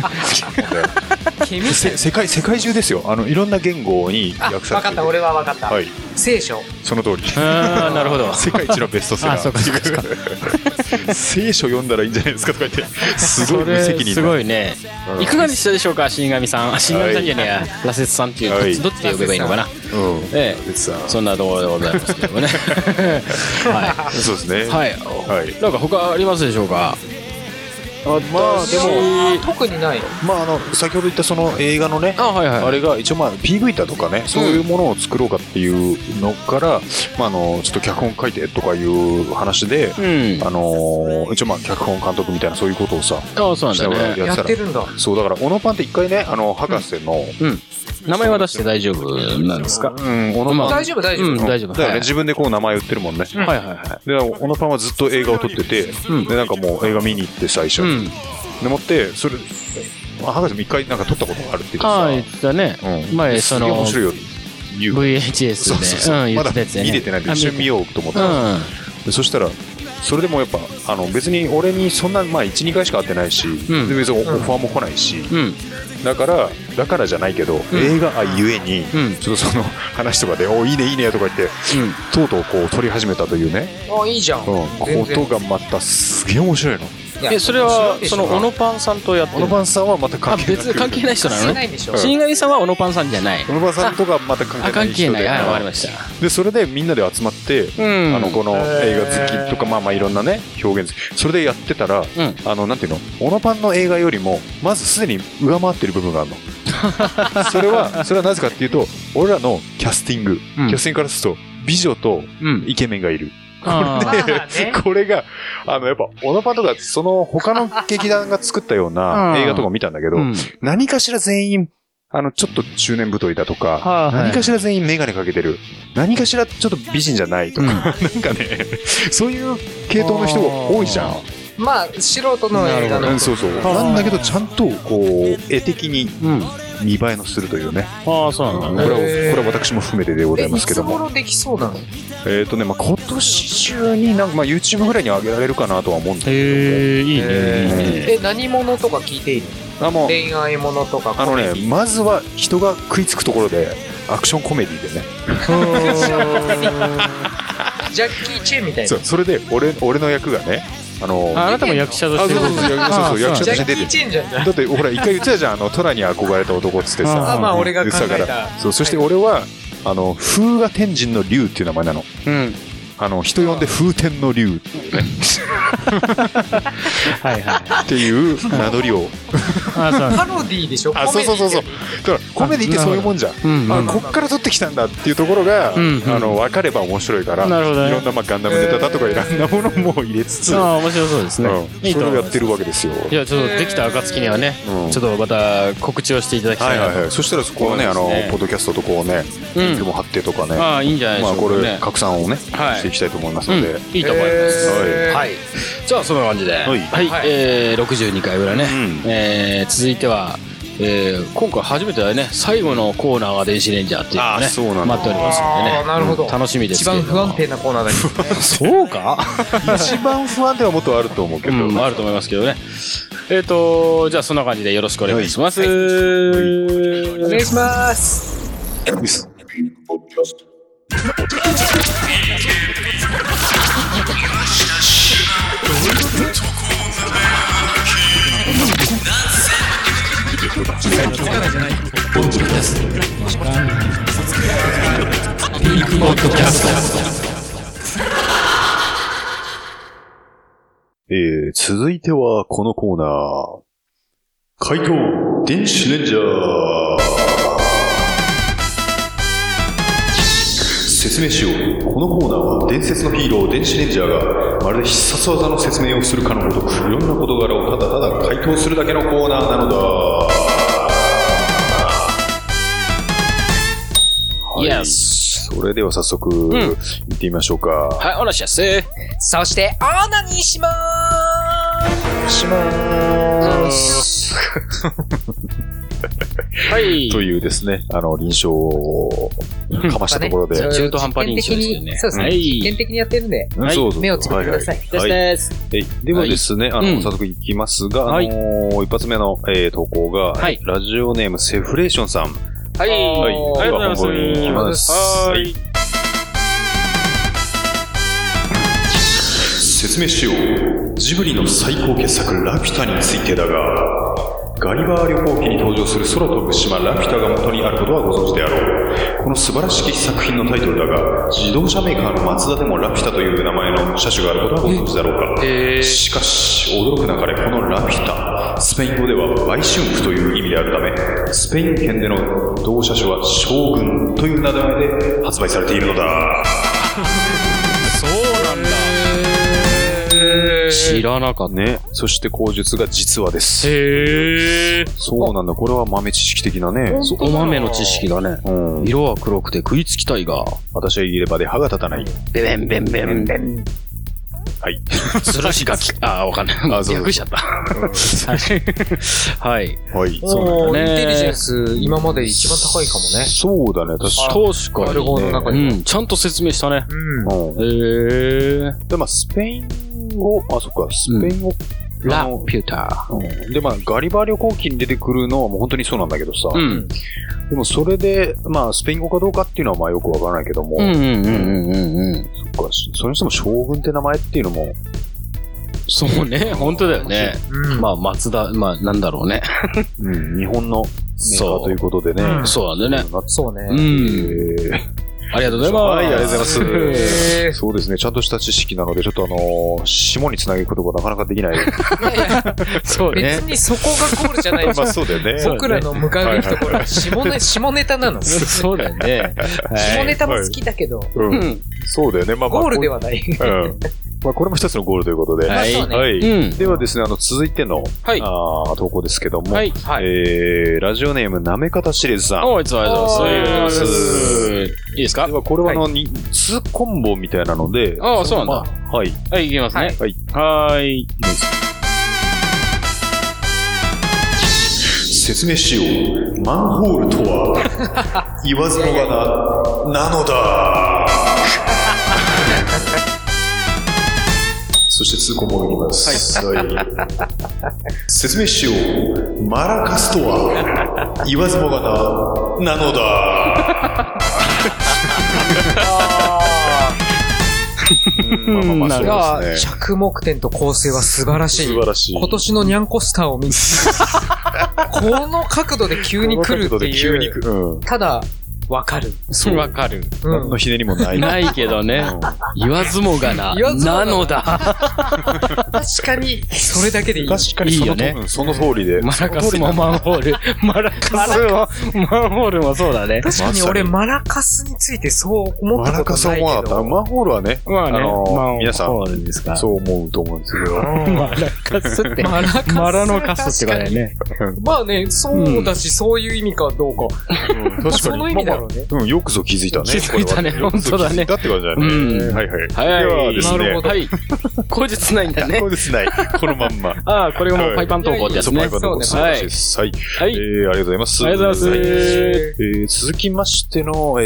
[SPEAKER 4] ケミ
[SPEAKER 5] せ世界世界中ですよあのいろんな言語に
[SPEAKER 4] あ、
[SPEAKER 5] 訳
[SPEAKER 4] 分
[SPEAKER 5] されて
[SPEAKER 4] か
[SPEAKER 5] る
[SPEAKER 4] った、俺は分かった。
[SPEAKER 5] はい
[SPEAKER 4] 聖書。
[SPEAKER 5] その通り
[SPEAKER 3] あーなるほど
[SPEAKER 5] 世界一のベストセラ
[SPEAKER 3] あそうかそうかそう
[SPEAKER 5] ー聖書読んだらいいんじゃないですかとか言って すごい
[SPEAKER 3] それ
[SPEAKER 5] 無責任な
[SPEAKER 3] すごいね。
[SPEAKER 5] うん
[SPEAKER 3] いかがでしたでしょうか、死神さん。あ死神さんじゃねえや。羅刹さんっていう、
[SPEAKER 5] はい
[SPEAKER 3] どっちで呼べばいいのかな。
[SPEAKER 5] うん
[SPEAKER 3] ええ。
[SPEAKER 5] 別さん
[SPEAKER 3] そんなところでございますけども ね。は
[SPEAKER 5] そうですね
[SPEAKER 3] い。はい。
[SPEAKER 5] はい
[SPEAKER 3] なんか他ありますでしょうか
[SPEAKER 5] まあでも
[SPEAKER 4] いや特にないよ。
[SPEAKER 5] まああの先ほど言ったその映画のね
[SPEAKER 3] あ、はいはい。
[SPEAKER 5] あれが一応まあ PV だとかねそういうものを作ろうかっていうのから、まあ、あのちょっと脚本書いてとかいう話で、
[SPEAKER 3] うん。
[SPEAKER 5] あのー一応まあ脚本監督みたいなそういうことをさ
[SPEAKER 3] ああ、そう
[SPEAKER 5] しな
[SPEAKER 3] なん
[SPEAKER 5] が
[SPEAKER 3] だ
[SPEAKER 5] ら
[SPEAKER 3] ね。
[SPEAKER 5] やっ
[SPEAKER 4] やっ
[SPEAKER 5] てた
[SPEAKER 4] て
[SPEAKER 5] ら
[SPEAKER 4] るんだ。
[SPEAKER 5] そうだから小野パンって一回ねあの博士の、
[SPEAKER 3] うん。名前は出して大丈夫なんですか
[SPEAKER 5] うん、小野
[SPEAKER 3] まあ
[SPEAKER 5] パ
[SPEAKER 4] 大丈夫、大丈
[SPEAKER 3] う
[SPEAKER 4] 夫
[SPEAKER 3] ん。大丈夫
[SPEAKER 5] ンだよね、
[SPEAKER 3] はい
[SPEAKER 5] 自分でこう名前売ってるもんね、
[SPEAKER 3] はいはいは
[SPEAKER 5] で小野パンはずっと映画を撮ってて、
[SPEAKER 3] うん
[SPEAKER 5] でなんかもう映画見に行って最初
[SPEAKER 3] い。う
[SPEAKER 5] に、
[SPEAKER 3] ん。
[SPEAKER 5] でもってそれまあ博士も一回なんか撮ったことがあるっていう
[SPEAKER 3] ああ、言っ
[SPEAKER 5] さ、
[SPEAKER 3] てたね。
[SPEAKER 5] うん、
[SPEAKER 3] 前、
[SPEAKER 5] す
[SPEAKER 3] そ
[SPEAKER 5] げえ面
[SPEAKER 3] の、
[SPEAKER 5] 白いよ言うそうそう
[SPEAKER 3] VHS
[SPEAKER 5] そう、
[SPEAKER 3] で、うん、言
[SPEAKER 5] ま
[SPEAKER 3] っ
[SPEAKER 5] だ
[SPEAKER 3] てたやつね。
[SPEAKER 5] 見れてないんで
[SPEAKER 3] あ
[SPEAKER 5] 一瞬見ようと思ったら、でそしたらそれでもやっぱあの別に俺にそんな、まあ、12回しか会ってないし、
[SPEAKER 3] ん
[SPEAKER 5] で別にオファーも来ないし、
[SPEAKER 3] うん。うん。
[SPEAKER 5] だからだからじゃないけど、映画愛ゆえに、
[SPEAKER 3] うん
[SPEAKER 5] ちょっとその話とかで「おいいねいいね」とか言ってとうとうこう撮り始めたというね、
[SPEAKER 4] あ、いいじゃん。
[SPEAKER 5] うん、
[SPEAKER 4] 全
[SPEAKER 5] こと
[SPEAKER 4] 然。
[SPEAKER 5] がまたすげえ面白いの
[SPEAKER 4] い
[SPEAKER 3] うん。
[SPEAKER 4] や
[SPEAKER 3] え、それは、その、小野パンさんとやって
[SPEAKER 5] 小
[SPEAKER 3] る
[SPEAKER 5] 野。パンさんはまた
[SPEAKER 3] あ、
[SPEAKER 5] 関係な
[SPEAKER 3] 別に関係ない人な
[SPEAKER 4] して
[SPEAKER 3] の
[SPEAKER 4] ない
[SPEAKER 3] ね。
[SPEAKER 4] でしょ。
[SPEAKER 3] 死神さんは小野パンさんじゃない
[SPEAKER 5] 小。野パンさんとかまた関
[SPEAKER 3] あ、
[SPEAKER 5] 係な
[SPEAKER 3] 関
[SPEAKER 5] い人
[SPEAKER 3] 係
[SPEAKER 5] で
[SPEAKER 3] ない。はい、わかりました。
[SPEAKER 5] でそれでみんなで集まって、
[SPEAKER 3] うん。
[SPEAKER 5] あのこの映画好きとか、まあまあいろんなね表現好きそれでやってたら、
[SPEAKER 3] うん
[SPEAKER 5] あのなんていうのオノパンの映画よりもまずすでに上回ってる部分があるの それはそれはなぜかっていうと俺らのキャスティング、
[SPEAKER 3] うん
[SPEAKER 5] キャスティングからすると美女と
[SPEAKER 3] うん。
[SPEAKER 5] イケメンがいる、
[SPEAKER 3] あ
[SPEAKER 4] まあね
[SPEAKER 5] これがあのやっぱオノパンとかその他の劇団が作ったよう
[SPEAKER 3] う
[SPEAKER 5] なん映画とか見たんだけど、
[SPEAKER 3] ーうん
[SPEAKER 5] 何かしら全員あの、ちょっと中年太いだとか、
[SPEAKER 3] はあはい
[SPEAKER 5] 何かしら全員メガネかけてる。何かしらちょっと美人じゃ ないとか、
[SPEAKER 3] うん
[SPEAKER 5] なんかね、そういう系統の人が多いじゃん。
[SPEAKER 4] まあ、素人の映画
[SPEAKER 5] う
[SPEAKER 4] の
[SPEAKER 5] ん、そうそう。
[SPEAKER 3] あー
[SPEAKER 5] なんだけど、ちゃんと、こう、絵的に
[SPEAKER 3] うん。
[SPEAKER 5] 見栄えのするというね。
[SPEAKER 3] ああ、そうなん
[SPEAKER 5] こ
[SPEAKER 3] だ
[SPEAKER 5] れ
[SPEAKER 3] ね。
[SPEAKER 5] は、こ
[SPEAKER 4] へー
[SPEAKER 5] れは私も含めてでござ
[SPEAKER 4] え、
[SPEAKER 5] いま
[SPEAKER 4] い
[SPEAKER 5] すけ
[SPEAKER 4] つ
[SPEAKER 5] ども。
[SPEAKER 4] 頃できそうなの
[SPEAKER 5] えっ、とね、まあ、今年中になんか、まあ、YouTube ぐらいに上げられるかなとは思うんだけ
[SPEAKER 3] へえ、いい
[SPEAKER 5] え
[SPEAKER 3] ね、いいね。
[SPEAKER 4] え、何者とか聞いていいの
[SPEAKER 5] ど、あもう
[SPEAKER 4] 恋愛者とか。
[SPEAKER 5] あの ね、まずは人が食いつくところで、アクションコメディでね。
[SPEAKER 4] ジャッキー・チェンみたいな。
[SPEAKER 5] そう、それで俺、俺の役がね、あの、
[SPEAKER 3] ああなたも役者として
[SPEAKER 5] あそうそうそう役者そうそう役者
[SPEAKER 4] ジ
[SPEAKER 5] と
[SPEAKER 4] ャ
[SPEAKER 5] し
[SPEAKER 4] ッ
[SPEAKER 5] て
[SPEAKER 4] キー・チェンじゃん。
[SPEAKER 5] だってほら一回言ってたじゃんあの虎に憧れた男っつって
[SPEAKER 3] あ
[SPEAKER 5] さ
[SPEAKER 4] あ、まあ、俺が考
[SPEAKER 5] 言っ
[SPEAKER 4] え
[SPEAKER 5] て
[SPEAKER 4] た。
[SPEAKER 5] そうそして俺はあの風が天神の竜っていう名前なの
[SPEAKER 3] うん。
[SPEAKER 5] あの人呼んで風天の竜っていうね
[SPEAKER 3] はい はい。
[SPEAKER 5] っていう名乗り を
[SPEAKER 3] ああ、そうなんだ。
[SPEAKER 4] パロディーでしょ
[SPEAKER 5] あそうそうそうそうだからコメディってそういうもんじゃん
[SPEAKER 3] うん、
[SPEAKER 5] あ
[SPEAKER 3] うん。
[SPEAKER 5] こっから取ってきたんだっていうところが、
[SPEAKER 3] うんうん
[SPEAKER 5] あの分かれば面白いから
[SPEAKER 3] なるほどね
[SPEAKER 5] いろんな、まあ、ガンダムネタだとかいろんなものも入れつつ、
[SPEAKER 3] ああ、面白そうですね。
[SPEAKER 5] うん
[SPEAKER 3] いいと
[SPEAKER 5] それを
[SPEAKER 3] 思
[SPEAKER 5] や
[SPEAKER 3] い
[SPEAKER 5] っ
[SPEAKER 3] ま
[SPEAKER 5] て
[SPEAKER 3] す。
[SPEAKER 5] るわけですよ
[SPEAKER 3] いや、ちょっとできた暁にはね、
[SPEAKER 5] うん
[SPEAKER 3] ちょっとまた告知をしていただきた
[SPEAKER 5] はいい
[SPEAKER 3] な
[SPEAKER 5] はいはいそしたらそこはねあ
[SPEAKER 3] そ
[SPEAKER 5] の
[SPEAKER 3] うですね
[SPEAKER 5] ポッドキャストとこうね
[SPEAKER 3] う
[SPEAKER 5] リン
[SPEAKER 3] ん
[SPEAKER 5] クも貼ってとかね、
[SPEAKER 3] ああ、いいんじゃないで
[SPEAKER 5] ま
[SPEAKER 3] し
[SPEAKER 5] あ、
[SPEAKER 3] ょ
[SPEAKER 5] こ
[SPEAKER 3] うか
[SPEAKER 5] れ
[SPEAKER 3] ね。
[SPEAKER 5] 拡散をね、
[SPEAKER 3] はい
[SPEAKER 5] していきたいと思いますので、
[SPEAKER 3] うん、いいと思います。
[SPEAKER 5] え
[SPEAKER 3] はい。じゃあ、そんな感じで。は。
[SPEAKER 5] はいい
[SPEAKER 4] はい
[SPEAKER 3] えー、62回裏ね。
[SPEAKER 5] うん
[SPEAKER 3] えー、続いては、えー、今回初めてだよね、最後のコーナーが電子レンジャーっていうの
[SPEAKER 5] あ
[SPEAKER 3] が
[SPEAKER 5] ー
[SPEAKER 3] ね、
[SPEAKER 5] そうなんだ
[SPEAKER 3] 待っておりますんで
[SPEAKER 4] あ
[SPEAKER 3] ね
[SPEAKER 4] ー。なるほど
[SPEAKER 3] うん楽しみです
[SPEAKER 4] 一
[SPEAKER 3] けれ
[SPEAKER 4] 番
[SPEAKER 3] ども。
[SPEAKER 4] 不安定なコーナーだけど ね。
[SPEAKER 3] そうか
[SPEAKER 5] 一番不安ではもっとあると思うけど、
[SPEAKER 3] うん、あると思いますけどね。えっ、と、じゃあそんな感じでよろしくお願いします。
[SPEAKER 4] お願いします。
[SPEAKER 5] えー続いてはこのコーナー。回答電子レンジャー説明しよう。このコーナーは伝説のヒーロー電子レンジャーがまるで必殺技の説明をするかのごとくいろんな事柄をただただ回答するだけのコーナーなのだ。はい
[SPEAKER 3] Yes
[SPEAKER 5] それでは早速、
[SPEAKER 3] ん
[SPEAKER 5] 行ってみましょうか。
[SPEAKER 3] はい、お願いします。
[SPEAKER 4] そして、オナニーしまーすしまーす。
[SPEAKER 3] はい。
[SPEAKER 5] というですね、あの、臨床をかましたところで。
[SPEAKER 4] うん
[SPEAKER 3] 中途半端臨床ですけどね。
[SPEAKER 4] そうですね
[SPEAKER 3] は
[SPEAKER 4] 実験
[SPEAKER 3] い。
[SPEAKER 4] 的にやってるんで、
[SPEAKER 5] うんそうそう
[SPEAKER 4] 目をつぶってください。
[SPEAKER 5] はいはい
[SPEAKER 3] です。
[SPEAKER 5] はいではですね、
[SPEAKER 3] い
[SPEAKER 5] あ
[SPEAKER 3] うん
[SPEAKER 5] の、早速いきますが、
[SPEAKER 3] はい
[SPEAKER 5] あのー一発目の、えー投稿が、
[SPEAKER 3] はい
[SPEAKER 5] ラジオネームセフレーションさん。
[SPEAKER 3] はい。
[SPEAKER 5] はい
[SPEAKER 3] ありがとうございます。
[SPEAKER 5] では本文に行きます
[SPEAKER 3] は
[SPEAKER 5] はい
[SPEAKER 3] い。
[SPEAKER 5] 説明しよう。ジブリの最高傑作ラピュタについてだが、ガリバー旅行記に登場する空飛ぶ島ラピュタが元にあることはご存知であろう。この素晴らしき作品のタイトルだが、自動車メーカーのマツダでもラピュタという名前の車種があることはご存知だろうか。しかし、驚くなかれこのラピュタ、スペイン語では売春婦という意味であるため、スペイン圏での同車種は将軍という名前で発売されているのだ。
[SPEAKER 3] そうなんだ。知らなかった。
[SPEAKER 5] ね、そして口述が実話です。
[SPEAKER 3] へえ。
[SPEAKER 5] そうなんだ、これは豆知識的なね。
[SPEAKER 4] 本当
[SPEAKER 3] お
[SPEAKER 4] だ
[SPEAKER 3] 豆の知識だね。
[SPEAKER 5] うん、
[SPEAKER 3] 色は黒くて食いつきたいが。
[SPEAKER 5] 私は入れ歯で歯が立たない。
[SPEAKER 3] ベベンベンベンベン。
[SPEAKER 5] はい。
[SPEAKER 3] つるしがき、あー、わかんない。
[SPEAKER 5] あそうそう
[SPEAKER 3] 略しちゃった。はい。
[SPEAKER 5] はい、
[SPEAKER 4] もう、
[SPEAKER 3] ね
[SPEAKER 4] インテリジェンス、今まで一番高いかもね。
[SPEAKER 5] そうだね、確か
[SPEAKER 3] 確か
[SPEAKER 4] なるほど、なんか
[SPEAKER 3] に。うん、ちゃんと説明したね。
[SPEAKER 4] うん。
[SPEAKER 5] に。
[SPEAKER 3] へ
[SPEAKER 5] う
[SPEAKER 3] えー。
[SPEAKER 5] ん。で、まあ、スペイン語、あ、そっか、スペイン語。
[SPEAKER 3] ラ
[SPEAKER 5] あの
[SPEAKER 3] ピュタ
[SPEAKER 5] うんで、まあ、ガリバー旅行記に出てくるのはもう本当にそうなんだけどさ。
[SPEAKER 3] ー。うん。
[SPEAKER 5] でも、それで、まあ、スペイン語かどうかっていうのはまあ、よくわからないけども。
[SPEAKER 3] うんうんうんうんうんうん。
[SPEAKER 5] そっか、しそれにしても将軍って名前っていうのも、
[SPEAKER 3] そうね、本当だよね。
[SPEAKER 4] うん
[SPEAKER 3] まあ、松田、まあ、なんだろうね。
[SPEAKER 5] うん、日本のメーカーということでね。
[SPEAKER 4] うん
[SPEAKER 3] そうなんだよね。
[SPEAKER 4] そう
[SPEAKER 3] う
[SPEAKER 4] ね。
[SPEAKER 3] ん。
[SPEAKER 5] えー
[SPEAKER 3] ありがとうございます。
[SPEAKER 5] はい、ありがとうございます
[SPEAKER 4] へ。ー
[SPEAKER 5] そうですね、ちゃんとした知識なので、ちょっとあのー、下につなげることがなかなかできない。
[SPEAKER 3] ます。そうね
[SPEAKER 4] 別。 にそこがゴールじゃないです
[SPEAKER 5] まあそうだよ ね。
[SPEAKER 4] 僕らの向かうべきところは下ネ、下ネタなの。下
[SPEAKER 3] そうだよね。はい
[SPEAKER 4] ネタも好きだけど、
[SPEAKER 5] う。
[SPEAKER 3] うんん。
[SPEAKER 5] そうだよね、まあまあ。
[SPEAKER 4] ゴールではない。
[SPEAKER 5] うん。まあ、これも一つのゴールということで。
[SPEAKER 3] はい
[SPEAKER 4] まあそうね
[SPEAKER 5] はい
[SPEAKER 3] うん
[SPEAKER 5] ではですね、あの、続いての、
[SPEAKER 3] はい
[SPEAKER 5] あー投稿ですけども、
[SPEAKER 3] はい
[SPEAKER 4] はい。
[SPEAKER 5] えー、ラジオネーム、なめかたしれずさん。
[SPEAKER 3] おいつありがとうございます
[SPEAKER 5] おー。
[SPEAKER 3] いいですか
[SPEAKER 5] では、これはあの、に2コンボみたいなので、
[SPEAKER 3] ああ、そうなんだ。
[SPEAKER 5] まあはい。
[SPEAKER 3] はい、いきますね。
[SPEAKER 5] はい。
[SPEAKER 3] はーい。
[SPEAKER 5] 説明しよう。マンホールとは、 言わずもがな、なのだ。そして通行もいります。はい。説明しよう。マラカスとは、言わずもがな、なのだ。 うんまあまあ
[SPEAKER 4] い
[SPEAKER 5] まあ
[SPEAKER 4] や
[SPEAKER 5] そ
[SPEAKER 4] ー、
[SPEAKER 5] うですね。
[SPEAKER 4] 着目点と構成は素晴らし
[SPEAKER 5] 素
[SPEAKER 4] い
[SPEAKER 5] 晴。らしい。
[SPEAKER 4] 今年のニャンコスターを 見て、この角度で急に来るっていう。
[SPEAKER 5] 急に来る。うん。
[SPEAKER 4] ただ、わかる。
[SPEAKER 5] そう
[SPEAKER 3] わかる。
[SPEAKER 4] う
[SPEAKER 5] 何の
[SPEAKER 4] ん。
[SPEAKER 5] ひねりもない。
[SPEAKER 3] ないけどね。言わずもがな。
[SPEAKER 4] 言わずもがな
[SPEAKER 3] なのだ。
[SPEAKER 4] 確かに、それだけでいい。
[SPEAKER 5] 確かに
[SPEAKER 3] いい
[SPEAKER 5] その
[SPEAKER 3] よね
[SPEAKER 5] うんその通りで。
[SPEAKER 3] マラカスもマンホー ル。マラカスも、マンホールもそうだね。
[SPEAKER 4] 確かに俺、
[SPEAKER 5] まさに
[SPEAKER 4] マラカスについてそう思っ
[SPEAKER 5] マ
[SPEAKER 4] た
[SPEAKER 5] ラ
[SPEAKER 4] こと
[SPEAKER 5] カスは
[SPEAKER 4] ないけ
[SPEAKER 5] 思わなかっ
[SPEAKER 4] ど。
[SPEAKER 5] た。マンホールはね、
[SPEAKER 3] まあね、
[SPEAKER 5] あのー
[SPEAKER 3] マン
[SPEAKER 5] 皆さん
[SPEAKER 3] ホールですから。
[SPEAKER 5] そう思うと思うんですけど。
[SPEAKER 3] マラカスって、
[SPEAKER 4] マラカス
[SPEAKER 3] マラのカスってことだよね。
[SPEAKER 4] まあね、そうだし、そういう意味かどうか。
[SPEAKER 5] 確
[SPEAKER 4] まあ
[SPEAKER 5] か
[SPEAKER 4] そ
[SPEAKER 5] に。
[SPEAKER 4] の意味だろうね。
[SPEAKER 5] うん、よくぞ気づいたね。
[SPEAKER 3] 気づいたね
[SPEAKER 5] これは
[SPEAKER 3] 本当だね
[SPEAKER 5] よくぞ気づいたって感じだね。
[SPEAKER 3] うん
[SPEAKER 5] はいはい。
[SPEAKER 3] はい。
[SPEAKER 5] ではですね。
[SPEAKER 4] なるほど
[SPEAKER 3] はい。後日ないんだね
[SPEAKER 5] そ。うですね。このまんま。
[SPEAKER 3] ああ、これがもうパイパン投稿ってやつ
[SPEAKER 5] そう、
[SPEAKER 3] ね。は
[SPEAKER 5] パイ
[SPEAKER 3] い。
[SPEAKER 5] パンの素晴らしいです。はい。
[SPEAKER 3] は
[SPEAKER 5] え
[SPEAKER 3] い。
[SPEAKER 5] ー、ありがとうございます。
[SPEAKER 3] ありがとうございます
[SPEAKER 5] えー、続きましての、え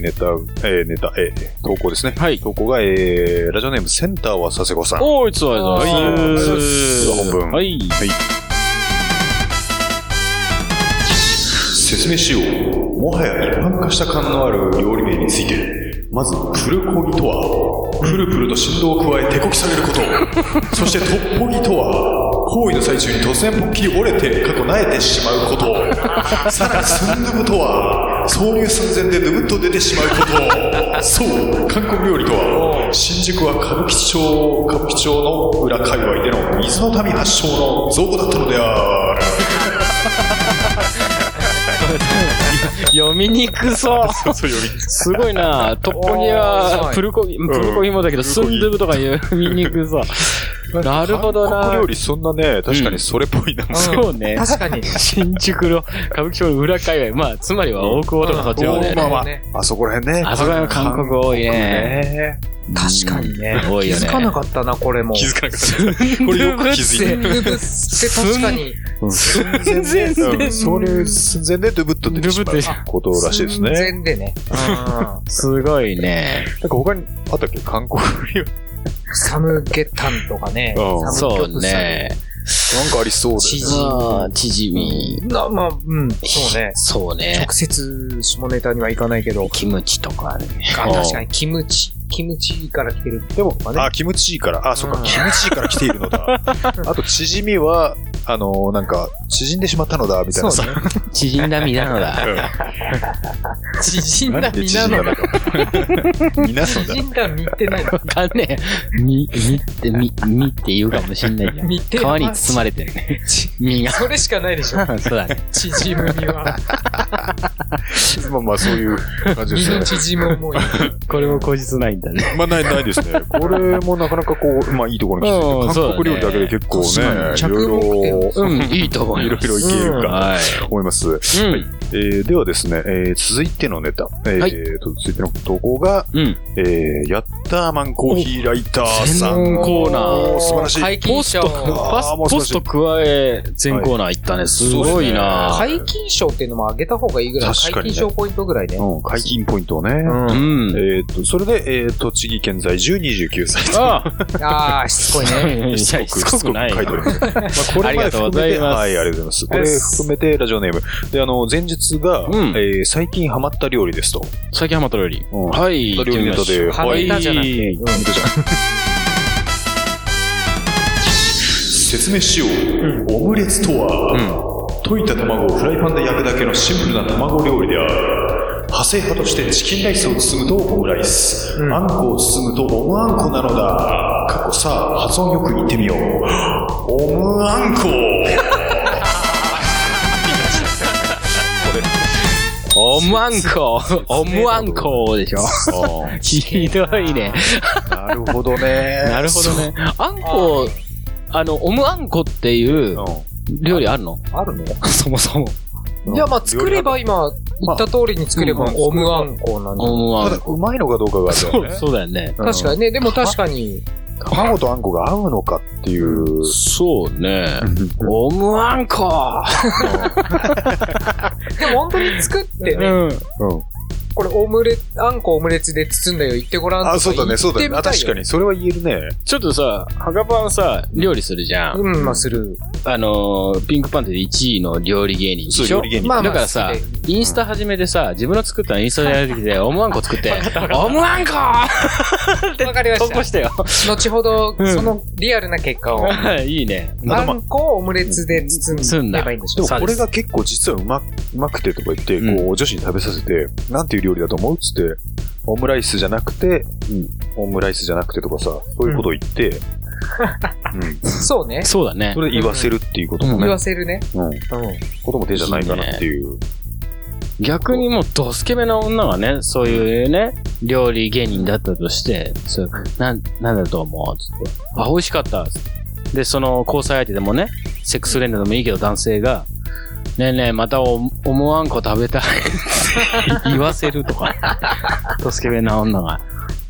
[SPEAKER 5] ー、ネタ、えー、ネタ、えー、投稿ですね。
[SPEAKER 3] はい。
[SPEAKER 5] 投稿が、えー、ラジオネームセンターは佐世子さん。
[SPEAKER 3] おーいつは
[SPEAKER 4] ありがとうございます
[SPEAKER 3] はい
[SPEAKER 5] 本文
[SPEAKER 3] はい。
[SPEAKER 5] 説明しよう。もはや一般化した感のある料理名について、まず、プルコギとは、プルプルと振動を加えてこき下げること。そして、トッポギとは、行為の最中に突然ポッキリ折れて、過去なえてしまうこと。さらに、スンドゥブとは、挿入寸前でぬむっと出てしまうこと。そう、韓国料理とは、新宿は歌舞伎町、歌舞伎町の裏界隈での水の民発祥の造語だったのである。
[SPEAKER 3] 読みにくそう。 すごいな。トッポギは、プルコギ、プルコギもだけど、スンドゥブとか読みにくそう。なるほど
[SPEAKER 5] 韓
[SPEAKER 3] な
[SPEAKER 5] 国料。理そんなね、確かにそれっぽいな。
[SPEAKER 3] そうね。
[SPEAKER 4] 確かに。
[SPEAKER 3] 新宿の歌舞伎町の裏界隈。まあ、つまりは大久保とかそっちの方だよね
[SPEAKER 5] まあまあ、あそこら辺ね。
[SPEAKER 3] あそこは韓国多いね。
[SPEAKER 5] ね。
[SPEAKER 4] 確かにね。
[SPEAKER 3] 多い
[SPEAKER 4] 気
[SPEAKER 3] よね。
[SPEAKER 4] づかなかったな、これも。
[SPEAKER 5] 気づかなかった。これよく気づい
[SPEAKER 4] 全部ぶつって確かに。
[SPEAKER 5] た。寸
[SPEAKER 3] 前で
[SPEAKER 5] うんそういう寸前でドゥブッと出てしま
[SPEAKER 3] ドゥブ
[SPEAKER 5] う
[SPEAKER 3] ッと
[SPEAKER 5] ことらしいですね。なんか
[SPEAKER 4] 全でね。
[SPEAKER 3] すごいね。
[SPEAKER 5] 他にあったっけ韓国料理。
[SPEAKER 4] サムゲタンとかね。
[SPEAKER 5] うん
[SPEAKER 4] サムギョ
[SPEAKER 3] そう。
[SPEAKER 4] プサル
[SPEAKER 3] ね。
[SPEAKER 5] なんかありそうだ
[SPEAKER 4] チ
[SPEAKER 5] よ
[SPEAKER 4] ヂ
[SPEAKER 5] ね。
[SPEAKER 3] あーチヂミ。
[SPEAKER 4] なまあ、うん、そうね。
[SPEAKER 3] そうね
[SPEAKER 4] 直。接下ネタにはいかないけど。
[SPEAKER 3] キムチとかね。
[SPEAKER 4] あ確かに、キムチ。キムチから来てる
[SPEAKER 5] でも
[SPEAKER 4] とか、ね
[SPEAKER 5] あ、気持ちいいから。あ、そっ
[SPEAKER 4] う
[SPEAKER 5] か、
[SPEAKER 4] ん
[SPEAKER 5] 気持ちいいから来ている のだ。あと、縮みは、あのー、なんか、縮んでしまったのだ、みたいなさ。
[SPEAKER 4] ね。
[SPEAKER 3] 縮んだ身なのだ。
[SPEAKER 4] 縮ん
[SPEAKER 5] な
[SPEAKER 4] だ
[SPEAKER 5] んで
[SPEAKER 4] 身な
[SPEAKER 5] 縮んだ
[SPEAKER 4] の
[SPEAKER 5] の
[SPEAKER 4] だ。
[SPEAKER 5] か。皆さんだ
[SPEAKER 4] 縮。んだ身ってない
[SPEAKER 3] わかんねえ。み、みって、み、みって言うかもしんないじゃん。
[SPEAKER 4] 身って。
[SPEAKER 3] 皮に包まれてるね。身が。
[SPEAKER 4] それしかないでし
[SPEAKER 3] そう
[SPEAKER 4] ょ。
[SPEAKER 3] だね。
[SPEAKER 4] 縮む身 は。
[SPEAKER 5] まあまあ、そういう感じで
[SPEAKER 4] 身
[SPEAKER 5] すね
[SPEAKER 4] の。縮む 思い。
[SPEAKER 3] これも口実ないんだね。
[SPEAKER 5] まあ、ない、ないですね。 これもなかなかこう、まあ、いいところに来て
[SPEAKER 3] うん
[SPEAKER 5] て、韓国料理だけで結構ね
[SPEAKER 4] そうだね、
[SPEAKER 5] いろいろ、
[SPEAKER 3] うん、いいと思
[SPEAKER 5] い
[SPEAKER 3] い
[SPEAKER 5] ろ
[SPEAKER 3] ま
[SPEAKER 5] い
[SPEAKER 3] す。
[SPEAKER 5] ろいけるか
[SPEAKER 3] は
[SPEAKER 5] と思います。
[SPEAKER 3] い。うん。
[SPEAKER 5] えーではですね、えー続いてのネタ、えー
[SPEAKER 3] はい
[SPEAKER 5] と続いての投稿が、
[SPEAKER 3] うん。
[SPEAKER 5] えーヤッターマンコーヒーライターさん。
[SPEAKER 3] 全コーナー
[SPEAKER 5] お素晴らしい。
[SPEAKER 4] 解
[SPEAKER 3] ポ
[SPEAKER 4] 禁
[SPEAKER 3] スト、
[SPEAKER 4] 賞。
[SPEAKER 5] ー
[SPEAKER 3] パス
[SPEAKER 5] も
[SPEAKER 3] ポ
[SPEAKER 5] う少
[SPEAKER 3] ス
[SPEAKER 5] し
[SPEAKER 3] ト加え、全コーナー行ったね。すごいな
[SPEAKER 4] 解禁賞っていうのも上げた方がいいぐらい。
[SPEAKER 5] 確か
[SPEAKER 4] 解
[SPEAKER 5] にね
[SPEAKER 4] 禁賞ポイントぐらいね。
[SPEAKER 5] うん、解禁ポイントをね。
[SPEAKER 4] うん
[SPEAKER 3] うん。
[SPEAKER 5] えーと、それで、えー栃木県在住29歳。
[SPEAKER 3] あ
[SPEAKER 4] ああ、しつこいね。
[SPEAKER 3] いや、しつこくない
[SPEAKER 5] 書いております。まあ、こ
[SPEAKER 3] あ
[SPEAKER 5] れ
[SPEAKER 3] り
[SPEAKER 5] ま
[SPEAKER 3] が
[SPEAKER 5] で
[SPEAKER 3] とうご
[SPEAKER 5] 含
[SPEAKER 3] ざ
[SPEAKER 5] め
[SPEAKER 3] い
[SPEAKER 5] て、
[SPEAKER 3] ます
[SPEAKER 5] はい、ありがとうございます。これ含めて、ラジオネーム。で、あの、前日が、
[SPEAKER 3] うん
[SPEAKER 5] えー最近ハマった料理ですと。
[SPEAKER 3] 最近ハマった料理。
[SPEAKER 5] うん
[SPEAKER 3] はい。
[SPEAKER 5] ハマった料理ネタで、
[SPEAKER 4] ハマっ
[SPEAKER 5] い。
[SPEAKER 4] たじゃなく
[SPEAKER 3] い。
[SPEAKER 5] うんじゃ説明しよう、オムレツとは、溶いた卵をフライパンで焼くだけのシンプルな卵料理である派生派としてチキンライスを包むとオムライス、あんこを包むとオムあんこなのだ過去さあ発音よく言ってみようオムあん こあ
[SPEAKER 3] おまんこ、おむあんこでしょ。ひどいね。
[SPEAKER 5] なるほど ね。
[SPEAKER 3] なるほどね。あんこ、あの、おむあんこっていう
[SPEAKER 5] そう。
[SPEAKER 3] 料理あるの
[SPEAKER 4] あるの
[SPEAKER 3] そもそも。
[SPEAKER 4] いや、まあ、作れば今、言った通りに作れば
[SPEAKER 5] まあ、
[SPEAKER 4] オムあんこなんで。
[SPEAKER 3] おむ
[SPEAKER 5] た
[SPEAKER 3] あ
[SPEAKER 5] だ
[SPEAKER 3] ん、こ。
[SPEAKER 5] うまいのかどうかがある
[SPEAKER 3] そ
[SPEAKER 5] よ
[SPEAKER 3] う、
[SPEAKER 5] ね。
[SPEAKER 3] そうだよね。
[SPEAKER 5] うん
[SPEAKER 4] 確かにね、でも確かに、
[SPEAKER 5] 卵とあんこが合うのかっていう。
[SPEAKER 3] そうね。おむあんこ
[SPEAKER 4] でも本当に作ってね、
[SPEAKER 3] ん。
[SPEAKER 5] うん
[SPEAKER 4] これオムレ、あんこオムレツで包んだよ、言ってごらんとか
[SPEAKER 5] あ、そうだね、そうだね。
[SPEAKER 4] 言っ
[SPEAKER 5] あ
[SPEAKER 4] てみたい
[SPEAKER 5] 確
[SPEAKER 4] よ
[SPEAKER 5] かに、それは言えるね。
[SPEAKER 3] ちょっとさ、ハガパンさ、料理するじゃん。
[SPEAKER 4] うん、まあ、する。
[SPEAKER 3] あのー、ピンクパンテで1位の料理芸人でし
[SPEAKER 5] そう
[SPEAKER 3] ょ
[SPEAKER 5] 料理芸人
[SPEAKER 4] まあまあ
[SPEAKER 3] だからさ
[SPEAKER 4] 好き、
[SPEAKER 3] インスタ始めてさ、自分の作ったインスタでやるときで、おむあんこ作って、おむあんこ
[SPEAKER 4] わかりま
[SPEAKER 3] 投稿
[SPEAKER 4] し
[SPEAKER 3] したよ。
[SPEAKER 4] た。後ほど、
[SPEAKER 3] うん
[SPEAKER 4] そのリアルな結果を、
[SPEAKER 3] いいね。
[SPEAKER 4] あんこをオムレツで包んでればいいんでし
[SPEAKER 5] で
[SPEAKER 4] ょ
[SPEAKER 5] も
[SPEAKER 3] そう
[SPEAKER 5] こ
[SPEAKER 3] で
[SPEAKER 5] れ
[SPEAKER 3] す
[SPEAKER 5] が結構実はうまうまくてとか言って、
[SPEAKER 3] うん
[SPEAKER 5] こう、女子に食べさせて、なんていう料理だと思うっつって、オムライスじゃなくて、オムライスじゃなくてとかさ、そういうこと言って、 うん。
[SPEAKER 4] そうね。
[SPEAKER 3] そうだね
[SPEAKER 5] そ。れ言わせるっていうことも
[SPEAKER 4] 言
[SPEAKER 5] ね
[SPEAKER 4] わ、せるね。
[SPEAKER 5] うん。
[SPEAKER 4] うん。
[SPEAKER 5] ことも手じゃないかなっていう。
[SPEAKER 3] 逆にもうドスケベな女はね、そういうね、料理芸人だったとして、そう、なん、なんだと思うつって。あ、美味しかった。で、その交際相手でもね、セックスレンドでもいいけど男性が、ねえねえ、またお、おもあんこ食べたいって言わせるとか、 ドスケベな女が、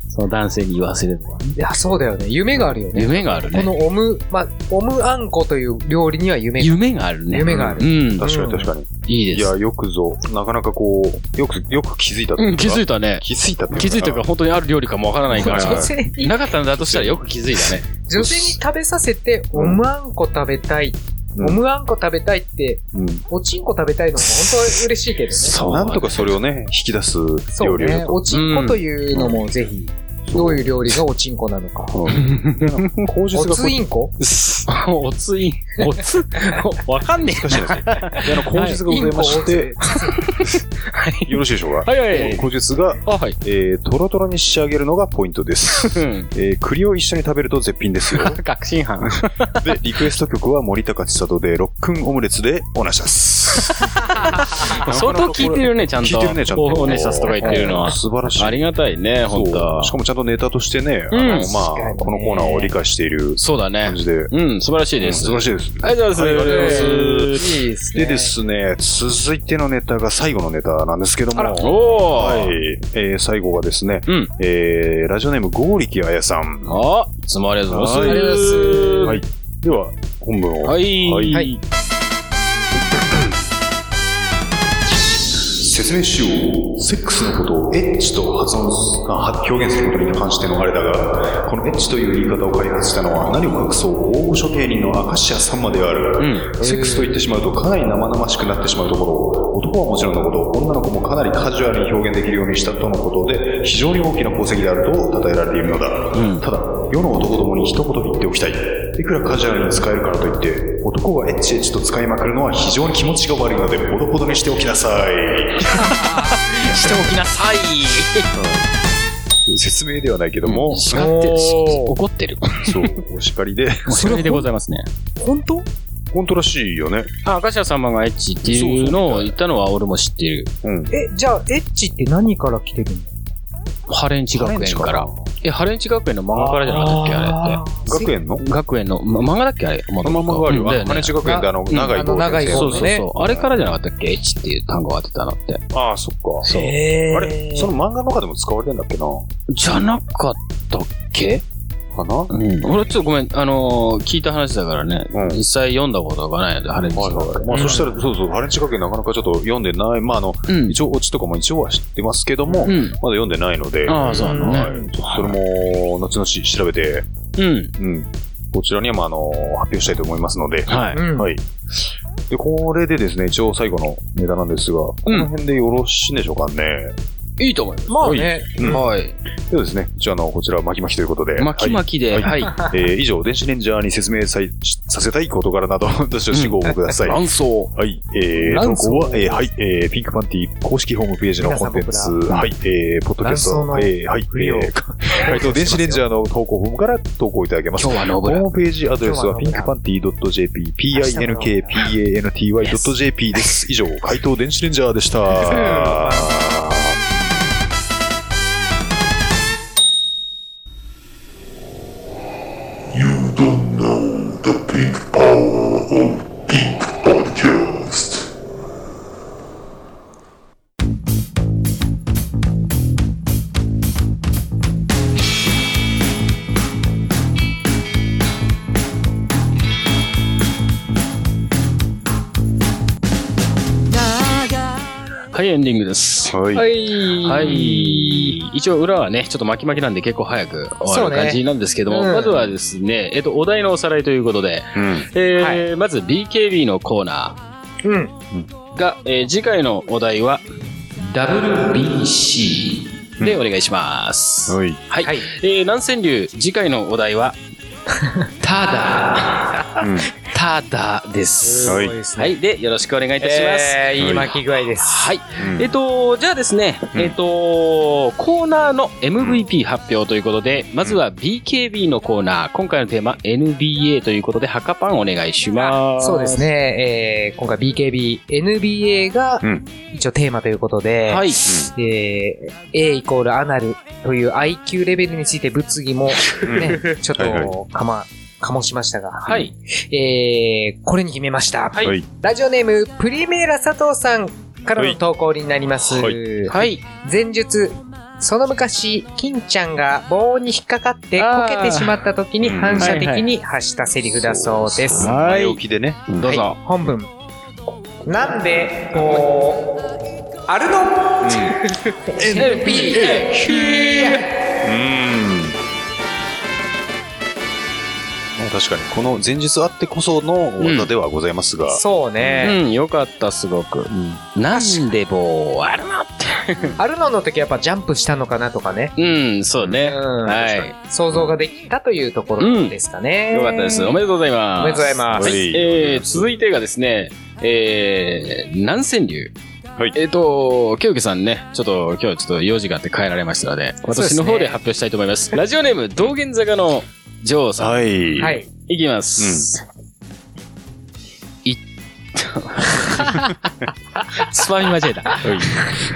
[SPEAKER 3] その男性に言わせるとか、
[SPEAKER 4] いや、そうだよね。夢があるよね。
[SPEAKER 3] 夢がある
[SPEAKER 4] こ
[SPEAKER 3] ね。
[SPEAKER 4] のオム、まあ、オムあんこという料理には夢が
[SPEAKER 3] 夢があるね。
[SPEAKER 4] 夢があ
[SPEAKER 3] う
[SPEAKER 4] る。
[SPEAKER 3] ん。
[SPEAKER 5] 確かに確かに。
[SPEAKER 3] いい
[SPEAKER 5] い
[SPEAKER 3] です
[SPEAKER 5] や、。よくぞ、なかなかこう、よく、よく気づいたと
[SPEAKER 3] う、
[SPEAKER 5] いうんか
[SPEAKER 3] 気づいたね。
[SPEAKER 5] 気づいたってうか
[SPEAKER 3] 気づいたか、本当にある料理かもわからないか
[SPEAKER 5] そう
[SPEAKER 3] ら
[SPEAKER 4] 女。性に、
[SPEAKER 3] なかったんだとしたらよく気づいたね。
[SPEAKER 4] 女性に食べさせて、オムあんこ食べたい。
[SPEAKER 5] う
[SPEAKER 4] オ
[SPEAKER 5] ん
[SPEAKER 4] ムあんこ食べたいって、
[SPEAKER 5] うん。
[SPEAKER 4] おちんこ食べたいのも本当は嬉しいけどね。
[SPEAKER 3] そう
[SPEAKER 5] なんとかそれをね、引き出す
[SPEAKER 4] そ
[SPEAKER 5] 料
[SPEAKER 4] う
[SPEAKER 5] 理だ
[SPEAKER 4] ね。
[SPEAKER 5] と。
[SPEAKER 4] おちんこというのもぜひ、どういう料理がおちんこなのか。
[SPEAKER 5] 口
[SPEAKER 4] お
[SPEAKER 5] 述が
[SPEAKER 4] ついんこ
[SPEAKER 3] おつい、おつ、おわかんねえ。
[SPEAKER 5] 難しいですね。いやあの、口述がございまして、
[SPEAKER 3] はい。
[SPEAKER 5] よろしいでしょうか
[SPEAKER 3] はいはいはい
[SPEAKER 5] 口述が、
[SPEAKER 3] あ、はい。
[SPEAKER 5] えー、トロトロに仕上げるのがポイン トです。
[SPEAKER 3] うん。
[SPEAKER 5] えー、栗を一緒に食べると絶品で すよ。
[SPEAKER 3] 確信犯。
[SPEAKER 5] で、リクエスト曲は森高千里で、ロックンオムレツで、おなしです。
[SPEAKER 3] 相当聞いてるね、ちゃんと。
[SPEAKER 5] 聞いてるね、ちゃんと。
[SPEAKER 3] おねさすとか言ってるのは。
[SPEAKER 5] 素晴らしい。
[SPEAKER 3] ありがたいね、
[SPEAKER 5] そ
[SPEAKER 3] ほん
[SPEAKER 5] う
[SPEAKER 3] と。
[SPEAKER 5] しかもちゃんとネタとしてね、あの
[SPEAKER 3] うん
[SPEAKER 5] ま
[SPEAKER 4] 確かに
[SPEAKER 5] あ、
[SPEAKER 4] ね
[SPEAKER 5] このコーナーを理解している
[SPEAKER 3] そうだね
[SPEAKER 5] 感。じで。
[SPEAKER 3] うん、素晴らしい
[SPEAKER 5] うん
[SPEAKER 3] です。
[SPEAKER 5] 素晴らし
[SPEAKER 3] い。
[SPEAKER 5] いです。
[SPEAKER 3] ありがとうございます。
[SPEAKER 5] はいありがとうございます
[SPEAKER 4] いいですね。
[SPEAKER 5] でですね、続いてのネタが最後のネタなんですけども、
[SPEAKER 3] お
[SPEAKER 5] はい
[SPEAKER 3] ー。
[SPEAKER 5] えー最後がですね、
[SPEAKER 3] うん
[SPEAKER 5] えーラジオネーム、剛力彩さん。は
[SPEAKER 3] あ、いつもありがとうございます。
[SPEAKER 5] はいありがと
[SPEAKER 4] う
[SPEAKER 5] い。では、本文を。
[SPEAKER 3] はい。
[SPEAKER 5] はい
[SPEAKER 3] はい。
[SPEAKER 5] 説明しよう。セックスのことをエッチと発音すあ表現することに関してのあれだが、このエッチという言い方を開発したのは何も隠そう大御所芸人の明石家さんまである。
[SPEAKER 3] う
[SPEAKER 5] セックスと言ってしまうとかなり生々しくなってしまうところ、男はもちろんのこと、女の子もかなりカジュアルに表現できるようにしたとのことで、非常に大きな功績であると称えられているのだ。
[SPEAKER 3] うん
[SPEAKER 5] ただ、世の男どもに一言言っておきたい。いくらカジュアルに使えるからといって、男がエッチエッチと使いまくるのは非常に気持ちが悪いので、ほどほどにしておきなさい。
[SPEAKER 3] しておきなさい。
[SPEAKER 5] 説明ではないけども、
[SPEAKER 3] 叱ってるし
[SPEAKER 4] おー
[SPEAKER 3] 怒ってる。
[SPEAKER 5] そう、お叱りで、
[SPEAKER 3] お叱りでございますね。
[SPEAKER 4] 本当
[SPEAKER 5] 本当らしいよね。
[SPEAKER 3] あ、明石家さんまがエッチっていうのを言ったのは俺も知ってる。
[SPEAKER 5] うん。
[SPEAKER 4] え、じゃあ、エッチって何から来てるの
[SPEAKER 3] ハレンチ学園から。え、ハレンチ学園の漫画からじゃなかったっけあれって。
[SPEAKER 5] 学園の
[SPEAKER 3] 学園の、ま漫画だっけあれ。も
[SPEAKER 5] あの漫画あるよ。あ
[SPEAKER 3] だ
[SPEAKER 5] の、
[SPEAKER 3] ね
[SPEAKER 5] 羽地学園であの、
[SPEAKER 3] うん
[SPEAKER 5] 長
[SPEAKER 4] あ
[SPEAKER 5] い
[SPEAKER 4] の
[SPEAKER 5] 坊
[SPEAKER 4] 長い
[SPEAKER 5] 先生
[SPEAKER 3] そうそう
[SPEAKER 4] ね
[SPEAKER 3] そう。あれからじゃなかったっけエッチっていう単語が当てたのって。
[SPEAKER 5] ああ、そっか。
[SPEAKER 3] そう。
[SPEAKER 4] え
[SPEAKER 5] あれその漫画の中でも使われてんだっけな
[SPEAKER 3] じゃなかったっけ
[SPEAKER 5] かなは
[SPEAKER 3] うん。俺ちょっとごめん、あのー、聞いた話だからね。
[SPEAKER 5] うん
[SPEAKER 3] 実際読んだことがないので、ハレン
[SPEAKER 5] い
[SPEAKER 3] チ学
[SPEAKER 5] はい。まあ、そしたら、そうそう、ハレンチ学園なかなかちょっと読んでない。まあ、あの、
[SPEAKER 3] 園。うん。
[SPEAKER 5] 一応、オチとかも一応は知ってますけども、まだ
[SPEAKER 3] うん。
[SPEAKER 5] 読んでないので、
[SPEAKER 3] ああ、そうなの
[SPEAKER 5] は
[SPEAKER 3] ね。
[SPEAKER 5] い。ちょっとそれも、後々調べて、
[SPEAKER 3] うん。
[SPEAKER 5] うん。こちらには、まあ、あの、発表したいと思いますので、
[SPEAKER 3] はい。
[SPEAKER 4] うん。
[SPEAKER 5] はい。で、これでですね、一応最後のネタなんですが、この辺でよろしいんでしょうかね。
[SPEAKER 3] いいと思います。
[SPEAKER 4] まあね、
[SPEAKER 5] うん
[SPEAKER 3] はい。
[SPEAKER 5] ではですね、じゃあ、あの、こちら、巻き巻きということで。
[SPEAKER 3] 巻き巻きで、
[SPEAKER 5] は
[SPEAKER 3] はいい。
[SPEAKER 5] はいえー以上、電子レンジャーに説明さいさせたい事柄 など、どしどしご応募ください。
[SPEAKER 3] 卵巣。
[SPEAKER 5] はい、えー、
[SPEAKER 3] 卵
[SPEAKER 5] 投
[SPEAKER 3] 巣
[SPEAKER 5] 稿は、えー、はい、えー、ピンクパンティ公式ホームページのコンテン
[SPEAKER 4] 皆
[SPEAKER 5] ツ、
[SPEAKER 4] さん僕ら
[SPEAKER 5] はい、えー、ポッドキャスト
[SPEAKER 4] 卵巣の
[SPEAKER 5] えー、はい、
[SPEAKER 4] ふりを
[SPEAKER 5] えー、回答電子レンジャーの投稿フォームから投稿いただけます。
[SPEAKER 3] 今日はノ
[SPEAKER 5] ホ
[SPEAKER 3] ブラ
[SPEAKER 5] ームページアドレスは
[SPEAKER 4] 今日は
[SPEAKER 5] pinkpanty.jp、
[SPEAKER 4] 日は
[SPEAKER 5] pinkpanty.jp です。以上、回答電子レンジャーで した。
[SPEAKER 1] You don't know the pink power of Pink Podcast.
[SPEAKER 3] はい、エンディングです。
[SPEAKER 5] は
[SPEAKER 4] い
[SPEAKER 5] い。
[SPEAKER 3] はい。一応、裏はね、ちょっと巻き巻きなんで結構早く終わ
[SPEAKER 4] そう
[SPEAKER 3] る
[SPEAKER 4] ね
[SPEAKER 3] 感じなんですけども、
[SPEAKER 4] うん
[SPEAKER 3] まずはですね、えっと、お題のおさらいということで、
[SPEAKER 5] うん。
[SPEAKER 3] えーまず BKB のコーナ
[SPEAKER 4] うん。
[SPEAKER 3] ーが、えー次回のお題は、WBC でお願いします。
[SPEAKER 5] はい。
[SPEAKER 3] はい。
[SPEAKER 4] はい。
[SPEAKER 3] えー南川流、次回のお題 は、ただ、
[SPEAKER 5] うん
[SPEAKER 3] ただです。
[SPEAKER 5] はい
[SPEAKER 4] すごですね
[SPEAKER 3] はい。で、よろしくお願いいたします。
[SPEAKER 4] えーいい巻き具合です。
[SPEAKER 3] はい。
[SPEAKER 5] うん
[SPEAKER 3] えっと、じゃあですね、
[SPEAKER 5] うん
[SPEAKER 3] えっと、コーナーの MVP 発表ということで、まずは BKB のコーナー、今回のテーマ NBA ということで、ハカパンお願いします。
[SPEAKER 4] そうです。ね、えー今回 BKB、NBA が
[SPEAKER 5] うん
[SPEAKER 4] 一応テーマということで、
[SPEAKER 3] はい。
[SPEAKER 4] えー A イコールアナルという IQ レベルについて物議もね、ちょっ
[SPEAKER 5] はい
[SPEAKER 4] とかま、かもしましたが、
[SPEAKER 3] はい。
[SPEAKER 4] えーこれに決めました。
[SPEAKER 3] はい
[SPEAKER 5] はい。
[SPEAKER 4] ラジオネーム、プリメーラ佐藤さんからの投稿になります。
[SPEAKER 5] は
[SPEAKER 3] はい。
[SPEAKER 4] 前述、その昔、金ちゃんが棒に引っかかって
[SPEAKER 3] あ
[SPEAKER 4] こ
[SPEAKER 3] ー
[SPEAKER 4] けてしまった時に
[SPEAKER 5] うん
[SPEAKER 4] 反射的に発したセリフだそうです。
[SPEAKER 3] そう
[SPEAKER 5] 前置きでね。
[SPEAKER 3] どうぞ。
[SPEAKER 4] はい本文。なんで、こう、あるの、?NBA!
[SPEAKER 5] うん。まあ確かに、この前日あってこその技ではございますが、
[SPEAKER 4] そうね。
[SPEAKER 3] うん、よかった、すごく。なんで棒あるのって。
[SPEAKER 4] あるのの時やっぱジャンプしたのかなとかね。
[SPEAKER 3] うん、そうね。
[SPEAKER 4] うん
[SPEAKER 3] はい。
[SPEAKER 4] 想像ができたというところですかね。
[SPEAKER 3] よかったです。おめでとうございます。
[SPEAKER 4] おめでとうございます
[SPEAKER 3] は
[SPEAKER 5] はいい
[SPEAKER 3] えー続いてがですね、えー、南川流。
[SPEAKER 5] はい
[SPEAKER 3] えっ、と、ケウケさんね、ちょっと今日ちょっと用事があって帰られましたので、
[SPEAKER 4] そうです
[SPEAKER 3] 私
[SPEAKER 4] ね
[SPEAKER 3] の方で発表したいと思います。ラジオネーム、道玄坂の女王さん。い、
[SPEAKER 5] い
[SPEAKER 4] はい。
[SPEAKER 3] きます。いつまみ間違えた。
[SPEAKER 5] は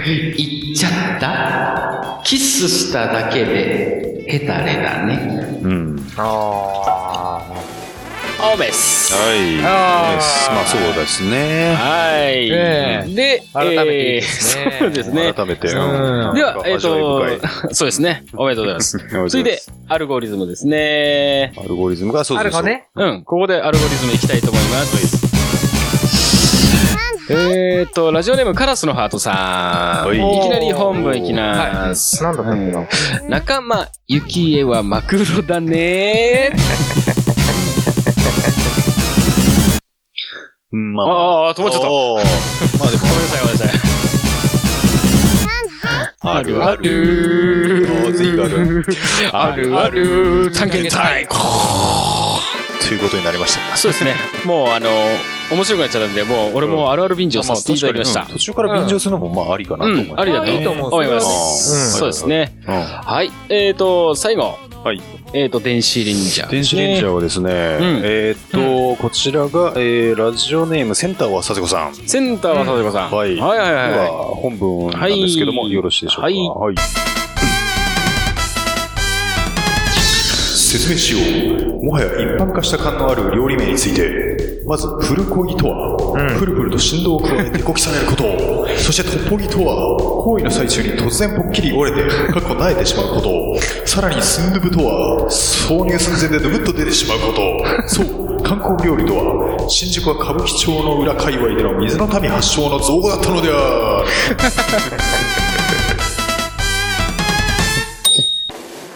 [SPEAKER 5] い
[SPEAKER 3] いっちゃったキスしただけで、ヘタレだね。
[SPEAKER 5] うん。はい。
[SPEAKER 4] あ
[SPEAKER 3] オーベス。
[SPEAKER 4] あー
[SPEAKER 5] ですまあそうですね。
[SPEAKER 3] はい。
[SPEAKER 4] ええ
[SPEAKER 3] で、
[SPEAKER 4] 改めていいですね
[SPEAKER 3] えーそうですね。
[SPEAKER 5] 改めて。
[SPEAKER 4] うん
[SPEAKER 5] なんか
[SPEAKER 3] では、えっ、
[SPEAKER 5] 味わい深い
[SPEAKER 3] と、そうですね。おめでとうござい ます。
[SPEAKER 5] ありがとうござ
[SPEAKER 3] 続
[SPEAKER 5] い
[SPEAKER 3] い
[SPEAKER 5] ま
[SPEAKER 3] て
[SPEAKER 5] す、
[SPEAKER 3] アルゴリズムですね。
[SPEAKER 5] アルゴリズムが、そ
[SPEAKER 4] あ。
[SPEAKER 5] う
[SPEAKER 4] ある
[SPEAKER 5] そうそ
[SPEAKER 4] の
[SPEAKER 5] う。
[SPEAKER 4] ね。
[SPEAKER 3] うん、ここでアルゴリズムいきたいと思います。えーっと、ラジオネームカラスのハートさん。、
[SPEAKER 5] はいい
[SPEAKER 3] きなり本文いきます。
[SPEAKER 4] はいなんだ
[SPEAKER 3] うん仲間、ゆきえはマクロだね
[SPEAKER 5] うん、まあ。
[SPEAKER 3] ああ、止まっちゃった。ご
[SPEAKER 5] おーまあでも、
[SPEAKER 3] めんなさい、ごめんなさい。
[SPEAKER 5] あるあ
[SPEAKER 3] あ
[SPEAKER 5] る。
[SPEAKER 3] る
[SPEAKER 5] あー全員がある。
[SPEAKER 3] あるある探検隊
[SPEAKER 5] ということになりました。
[SPEAKER 3] そうですね。もうあの、面白くなっちゃったんで、もう俺もあるある便乗させていただきました
[SPEAKER 5] うん。途中から便乗するのも、まあありかな
[SPEAKER 3] うん、
[SPEAKER 5] と思います。
[SPEAKER 3] ありだ
[SPEAKER 4] いいと
[SPEAKER 3] と
[SPEAKER 4] 思う
[SPEAKER 3] 思いま
[SPEAKER 5] うん
[SPEAKER 3] す。そうですね。
[SPEAKER 5] うん
[SPEAKER 3] はい。えっと、最後。
[SPEAKER 5] はい。
[SPEAKER 3] えっと、電子レンジャー。
[SPEAKER 5] 電子レンジャー
[SPEAKER 3] ー。
[SPEAKER 5] はですね、えーっと、こちらが、えーラジオネームセンターはさ子さん。
[SPEAKER 3] センターは佐藤子さん。
[SPEAKER 5] はい
[SPEAKER 3] はいはい
[SPEAKER 5] で
[SPEAKER 3] はい。
[SPEAKER 5] は本文なんですけども、
[SPEAKER 3] はい
[SPEAKER 5] よろしいでしょうか。
[SPEAKER 3] はい
[SPEAKER 5] 説明しよう。もはや一般化した感のある料理名について、まずプルコギとは、プルプルと振動を加えてこきされること、そしてトッポギとは、行為の最中に突然ぽっきり折れて、かっこなえてしまうこと、さらにスンドゥブとは、挿入寸前でドゥブッと出てしまうこと、そう、観光料理とは、新宿は歌舞伎町の裏界隈での水の民発祥の造語だったのである。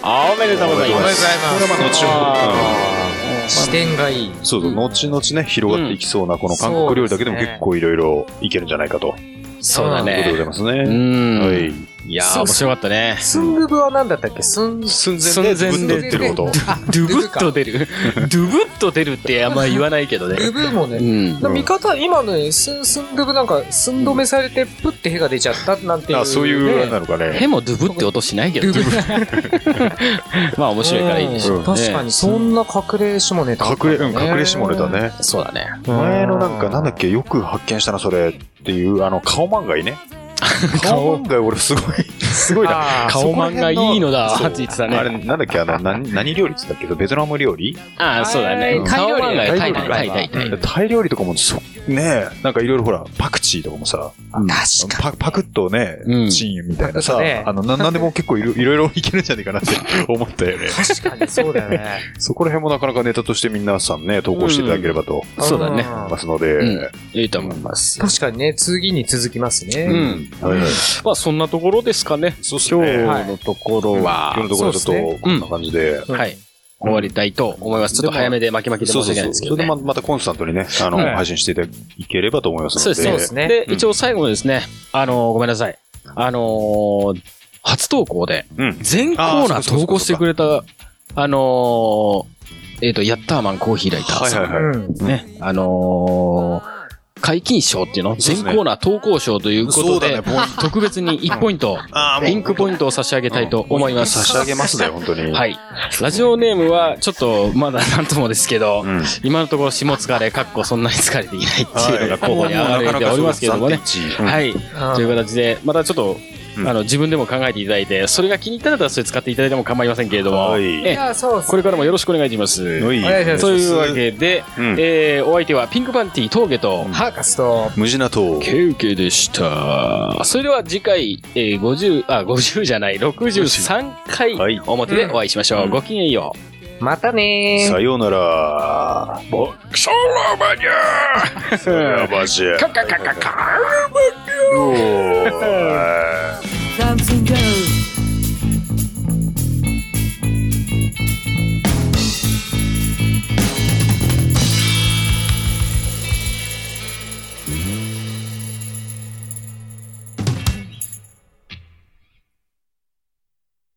[SPEAKER 3] あ、おめでとうござい
[SPEAKER 5] おめでとうござい
[SPEAKER 3] ま。
[SPEAKER 5] ますす
[SPEAKER 4] これはまあ後
[SPEAKER 3] ほどうん
[SPEAKER 4] 視点がいい。
[SPEAKER 5] そうそう、後々ね、広がっていきそうな、この韓国料理だけでも結構いろいろいけるんじゃないかと。
[SPEAKER 3] そうだ
[SPEAKER 5] ということでござい
[SPEAKER 3] ね。
[SPEAKER 5] ます
[SPEAKER 3] う
[SPEAKER 5] ね。
[SPEAKER 3] ん。
[SPEAKER 5] はい。
[SPEAKER 3] いやー、
[SPEAKER 4] そう
[SPEAKER 3] 面白かったね。
[SPEAKER 4] スンドゥブは何だったっけスン
[SPEAKER 5] 寸前で
[SPEAKER 3] 寸前
[SPEAKER 5] ぶ
[SPEAKER 3] で
[SPEAKER 5] っとってること。
[SPEAKER 4] あ
[SPEAKER 3] ドゥブッと出 る。ドゥブッと出るってあんま言わないけどね。
[SPEAKER 4] ドゥブも
[SPEAKER 3] う
[SPEAKER 4] ね。
[SPEAKER 3] ん。
[SPEAKER 4] 味方、今のね、スン、スンドゥブなんか、スン止めされて、プッて屁が出ちゃったなんていう、ね。
[SPEAKER 5] あ、そういうあれな
[SPEAKER 4] ね。
[SPEAKER 5] のかね
[SPEAKER 3] へ。もドゥブって音しないけどね、 まあ面白いからいいでしょう、ね。
[SPEAKER 4] 確かに、そんな隠れ下ネタあった
[SPEAKER 5] 隠
[SPEAKER 4] ん
[SPEAKER 5] れ、
[SPEAKER 4] だ
[SPEAKER 5] う
[SPEAKER 4] ね、
[SPEAKER 5] ん、隠れ下ネタね。
[SPEAKER 3] そうだね。
[SPEAKER 4] うん。
[SPEAKER 5] 前のなんか、なんだっけ、よく発見したな、それっていう、あの、顔漫画 いね。顔漫画俺すごい、すごいな。
[SPEAKER 4] あー
[SPEAKER 3] 顔漫画いいのだ
[SPEAKER 5] そう
[SPEAKER 3] って言ってた
[SPEAKER 5] あれ、
[SPEAKER 3] ね。
[SPEAKER 5] なんだっけ、あの、何、何料理って言ったっけベトナム料理
[SPEAKER 3] ああ、そうだね。
[SPEAKER 4] タイ
[SPEAKER 3] 顔
[SPEAKER 4] 料理
[SPEAKER 3] 漫画やタイだ
[SPEAKER 4] タ
[SPEAKER 3] タ
[SPEAKER 4] イ
[SPEAKER 3] イ
[SPEAKER 4] 料理
[SPEAKER 3] タイタイ。
[SPEAKER 5] タイ料理とかも、そねえ、なんかいろいろほら、パクチーとかもさ、
[SPEAKER 4] 確か
[SPEAKER 5] パパクッとね、
[SPEAKER 3] うん
[SPEAKER 5] チーンみたいな
[SPEAKER 4] パ
[SPEAKER 5] さ
[SPEAKER 4] クッとね、
[SPEAKER 5] あの、ななんでも結構いろいろいろいけるんじゃないかなって思ったよね。
[SPEAKER 4] に。確かに、そうだよね。
[SPEAKER 5] そこら辺もなかなかネタとして皆さんね、投稿していただければと
[SPEAKER 3] そうだね
[SPEAKER 4] ん。
[SPEAKER 5] 思いますので、
[SPEAKER 3] うんいいと思います。
[SPEAKER 4] 確かにね、次に続きます
[SPEAKER 3] う
[SPEAKER 4] ね。
[SPEAKER 3] ん。
[SPEAKER 5] はいはい
[SPEAKER 3] まあそんなところですかね。
[SPEAKER 5] そうっす
[SPEAKER 3] 今
[SPEAKER 5] ね
[SPEAKER 3] 日のところは。
[SPEAKER 5] 今日のところはち
[SPEAKER 4] そう
[SPEAKER 5] ょっとこんな感じで。
[SPEAKER 4] うん
[SPEAKER 3] はい。終わりたいと思います。ちょっと早めで巻き巻きで
[SPEAKER 5] そ
[SPEAKER 3] 申
[SPEAKER 5] う
[SPEAKER 3] し
[SPEAKER 5] そう
[SPEAKER 3] 訳ないで
[SPEAKER 5] そう。
[SPEAKER 3] すけ
[SPEAKER 5] そ
[SPEAKER 3] ど
[SPEAKER 5] れで
[SPEAKER 3] ね
[SPEAKER 5] ま。またコンスタントにね、あの、
[SPEAKER 4] はい
[SPEAKER 5] 配信していければと思います
[SPEAKER 3] そう
[SPEAKER 5] の
[SPEAKER 3] ですね。
[SPEAKER 4] そう
[SPEAKER 5] で
[SPEAKER 4] で。すね
[SPEAKER 3] 一応最後にですね、あのーごめんなさい。あのー初投稿で、
[SPEAKER 5] うん。
[SPEAKER 3] 全コーナ
[SPEAKER 5] あー
[SPEAKER 3] ー
[SPEAKER 5] そうかそうかそ
[SPEAKER 3] 投
[SPEAKER 5] うか
[SPEAKER 3] 稿してくれた、あのーえっ、と、ヤッターマンコーヒーライター
[SPEAKER 5] はい
[SPEAKER 3] さん。
[SPEAKER 5] はいはい。
[SPEAKER 4] うん。
[SPEAKER 3] ね、あのー、解禁賞っていうの
[SPEAKER 5] そうで
[SPEAKER 3] 全
[SPEAKER 5] す
[SPEAKER 3] コ
[SPEAKER 5] ね
[SPEAKER 3] ーナー投稿賞というこ
[SPEAKER 5] そう
[SPEAKER 3] と
[SPEAKER 5] だ
[SPEAKER 3] で、
[SPEAKER 5] ね、ポイント。
[SPEAKER 3] 特別に1ポイント、
[SPEAKER 5] ああ、も
[SPEAKER 3] ピ
[SPEAKER 5] う
[SPEAKER 3] ンクポイントを差し上げたいと思いま
[SPEAKER 5] 差
[SPEAKER 3] す。
[SPEAKER 5] し上げますね、本当に。
[SPEAKER 3] はい。ラジオネームは、ちょっと、まだなんともですけど
[SPEAKER 5] う、ん。
[SPEAKER 3] 今のところ、下疲れ、かっこそんなに疲れていないっていうのが候補に
[SPEAKER 5] は
[SPEAKER 3] 挙
[SPEAKER 5] い
[SPEAKER 3] がれておりますけれどもね。
[SPEAKER 5] 3.1うん
[SPEAKER 3] はい。という形で、またちょっと、
[SPEAKER 5] うん
[SPEAKER 3] あの、自分でも考えていただいて、それが気に入ったらそれ使っていただいても構いませんけれども、
[SPEAKER 5] はい
[SPEAKER 4] い
[SPEAKER 3] ええ
[SPEAKER 4] や、そうっす
[SPEAKER 3] これからもよろしくお願いします。
[SPEAKER 5] おい
[SPEAKER 4] お願いします
[SPEAKER 3] というわけで、
[SPEAKER 5] うん
[SPEAKER 3] えーお相手はピンクパンティ峠と、
[SPEAKER 4] ハーカスと、
[SPEAKER 5] 無事なと。
[SPEAKER 3] ケウケでした。それでは次回、えー50、あ、50じゃない、63回
[SPEAKER 5] はい
[SPEAKER 3] 表でお会いしましょう。
[SPEAKER 5] うん
[SPEAKER 3] ごきげんよう。
[SPEAKER 4] またねー。
[SPEAKER 5] さようなら。ボクソラマニ ャーソラマニャーカカカカカーおー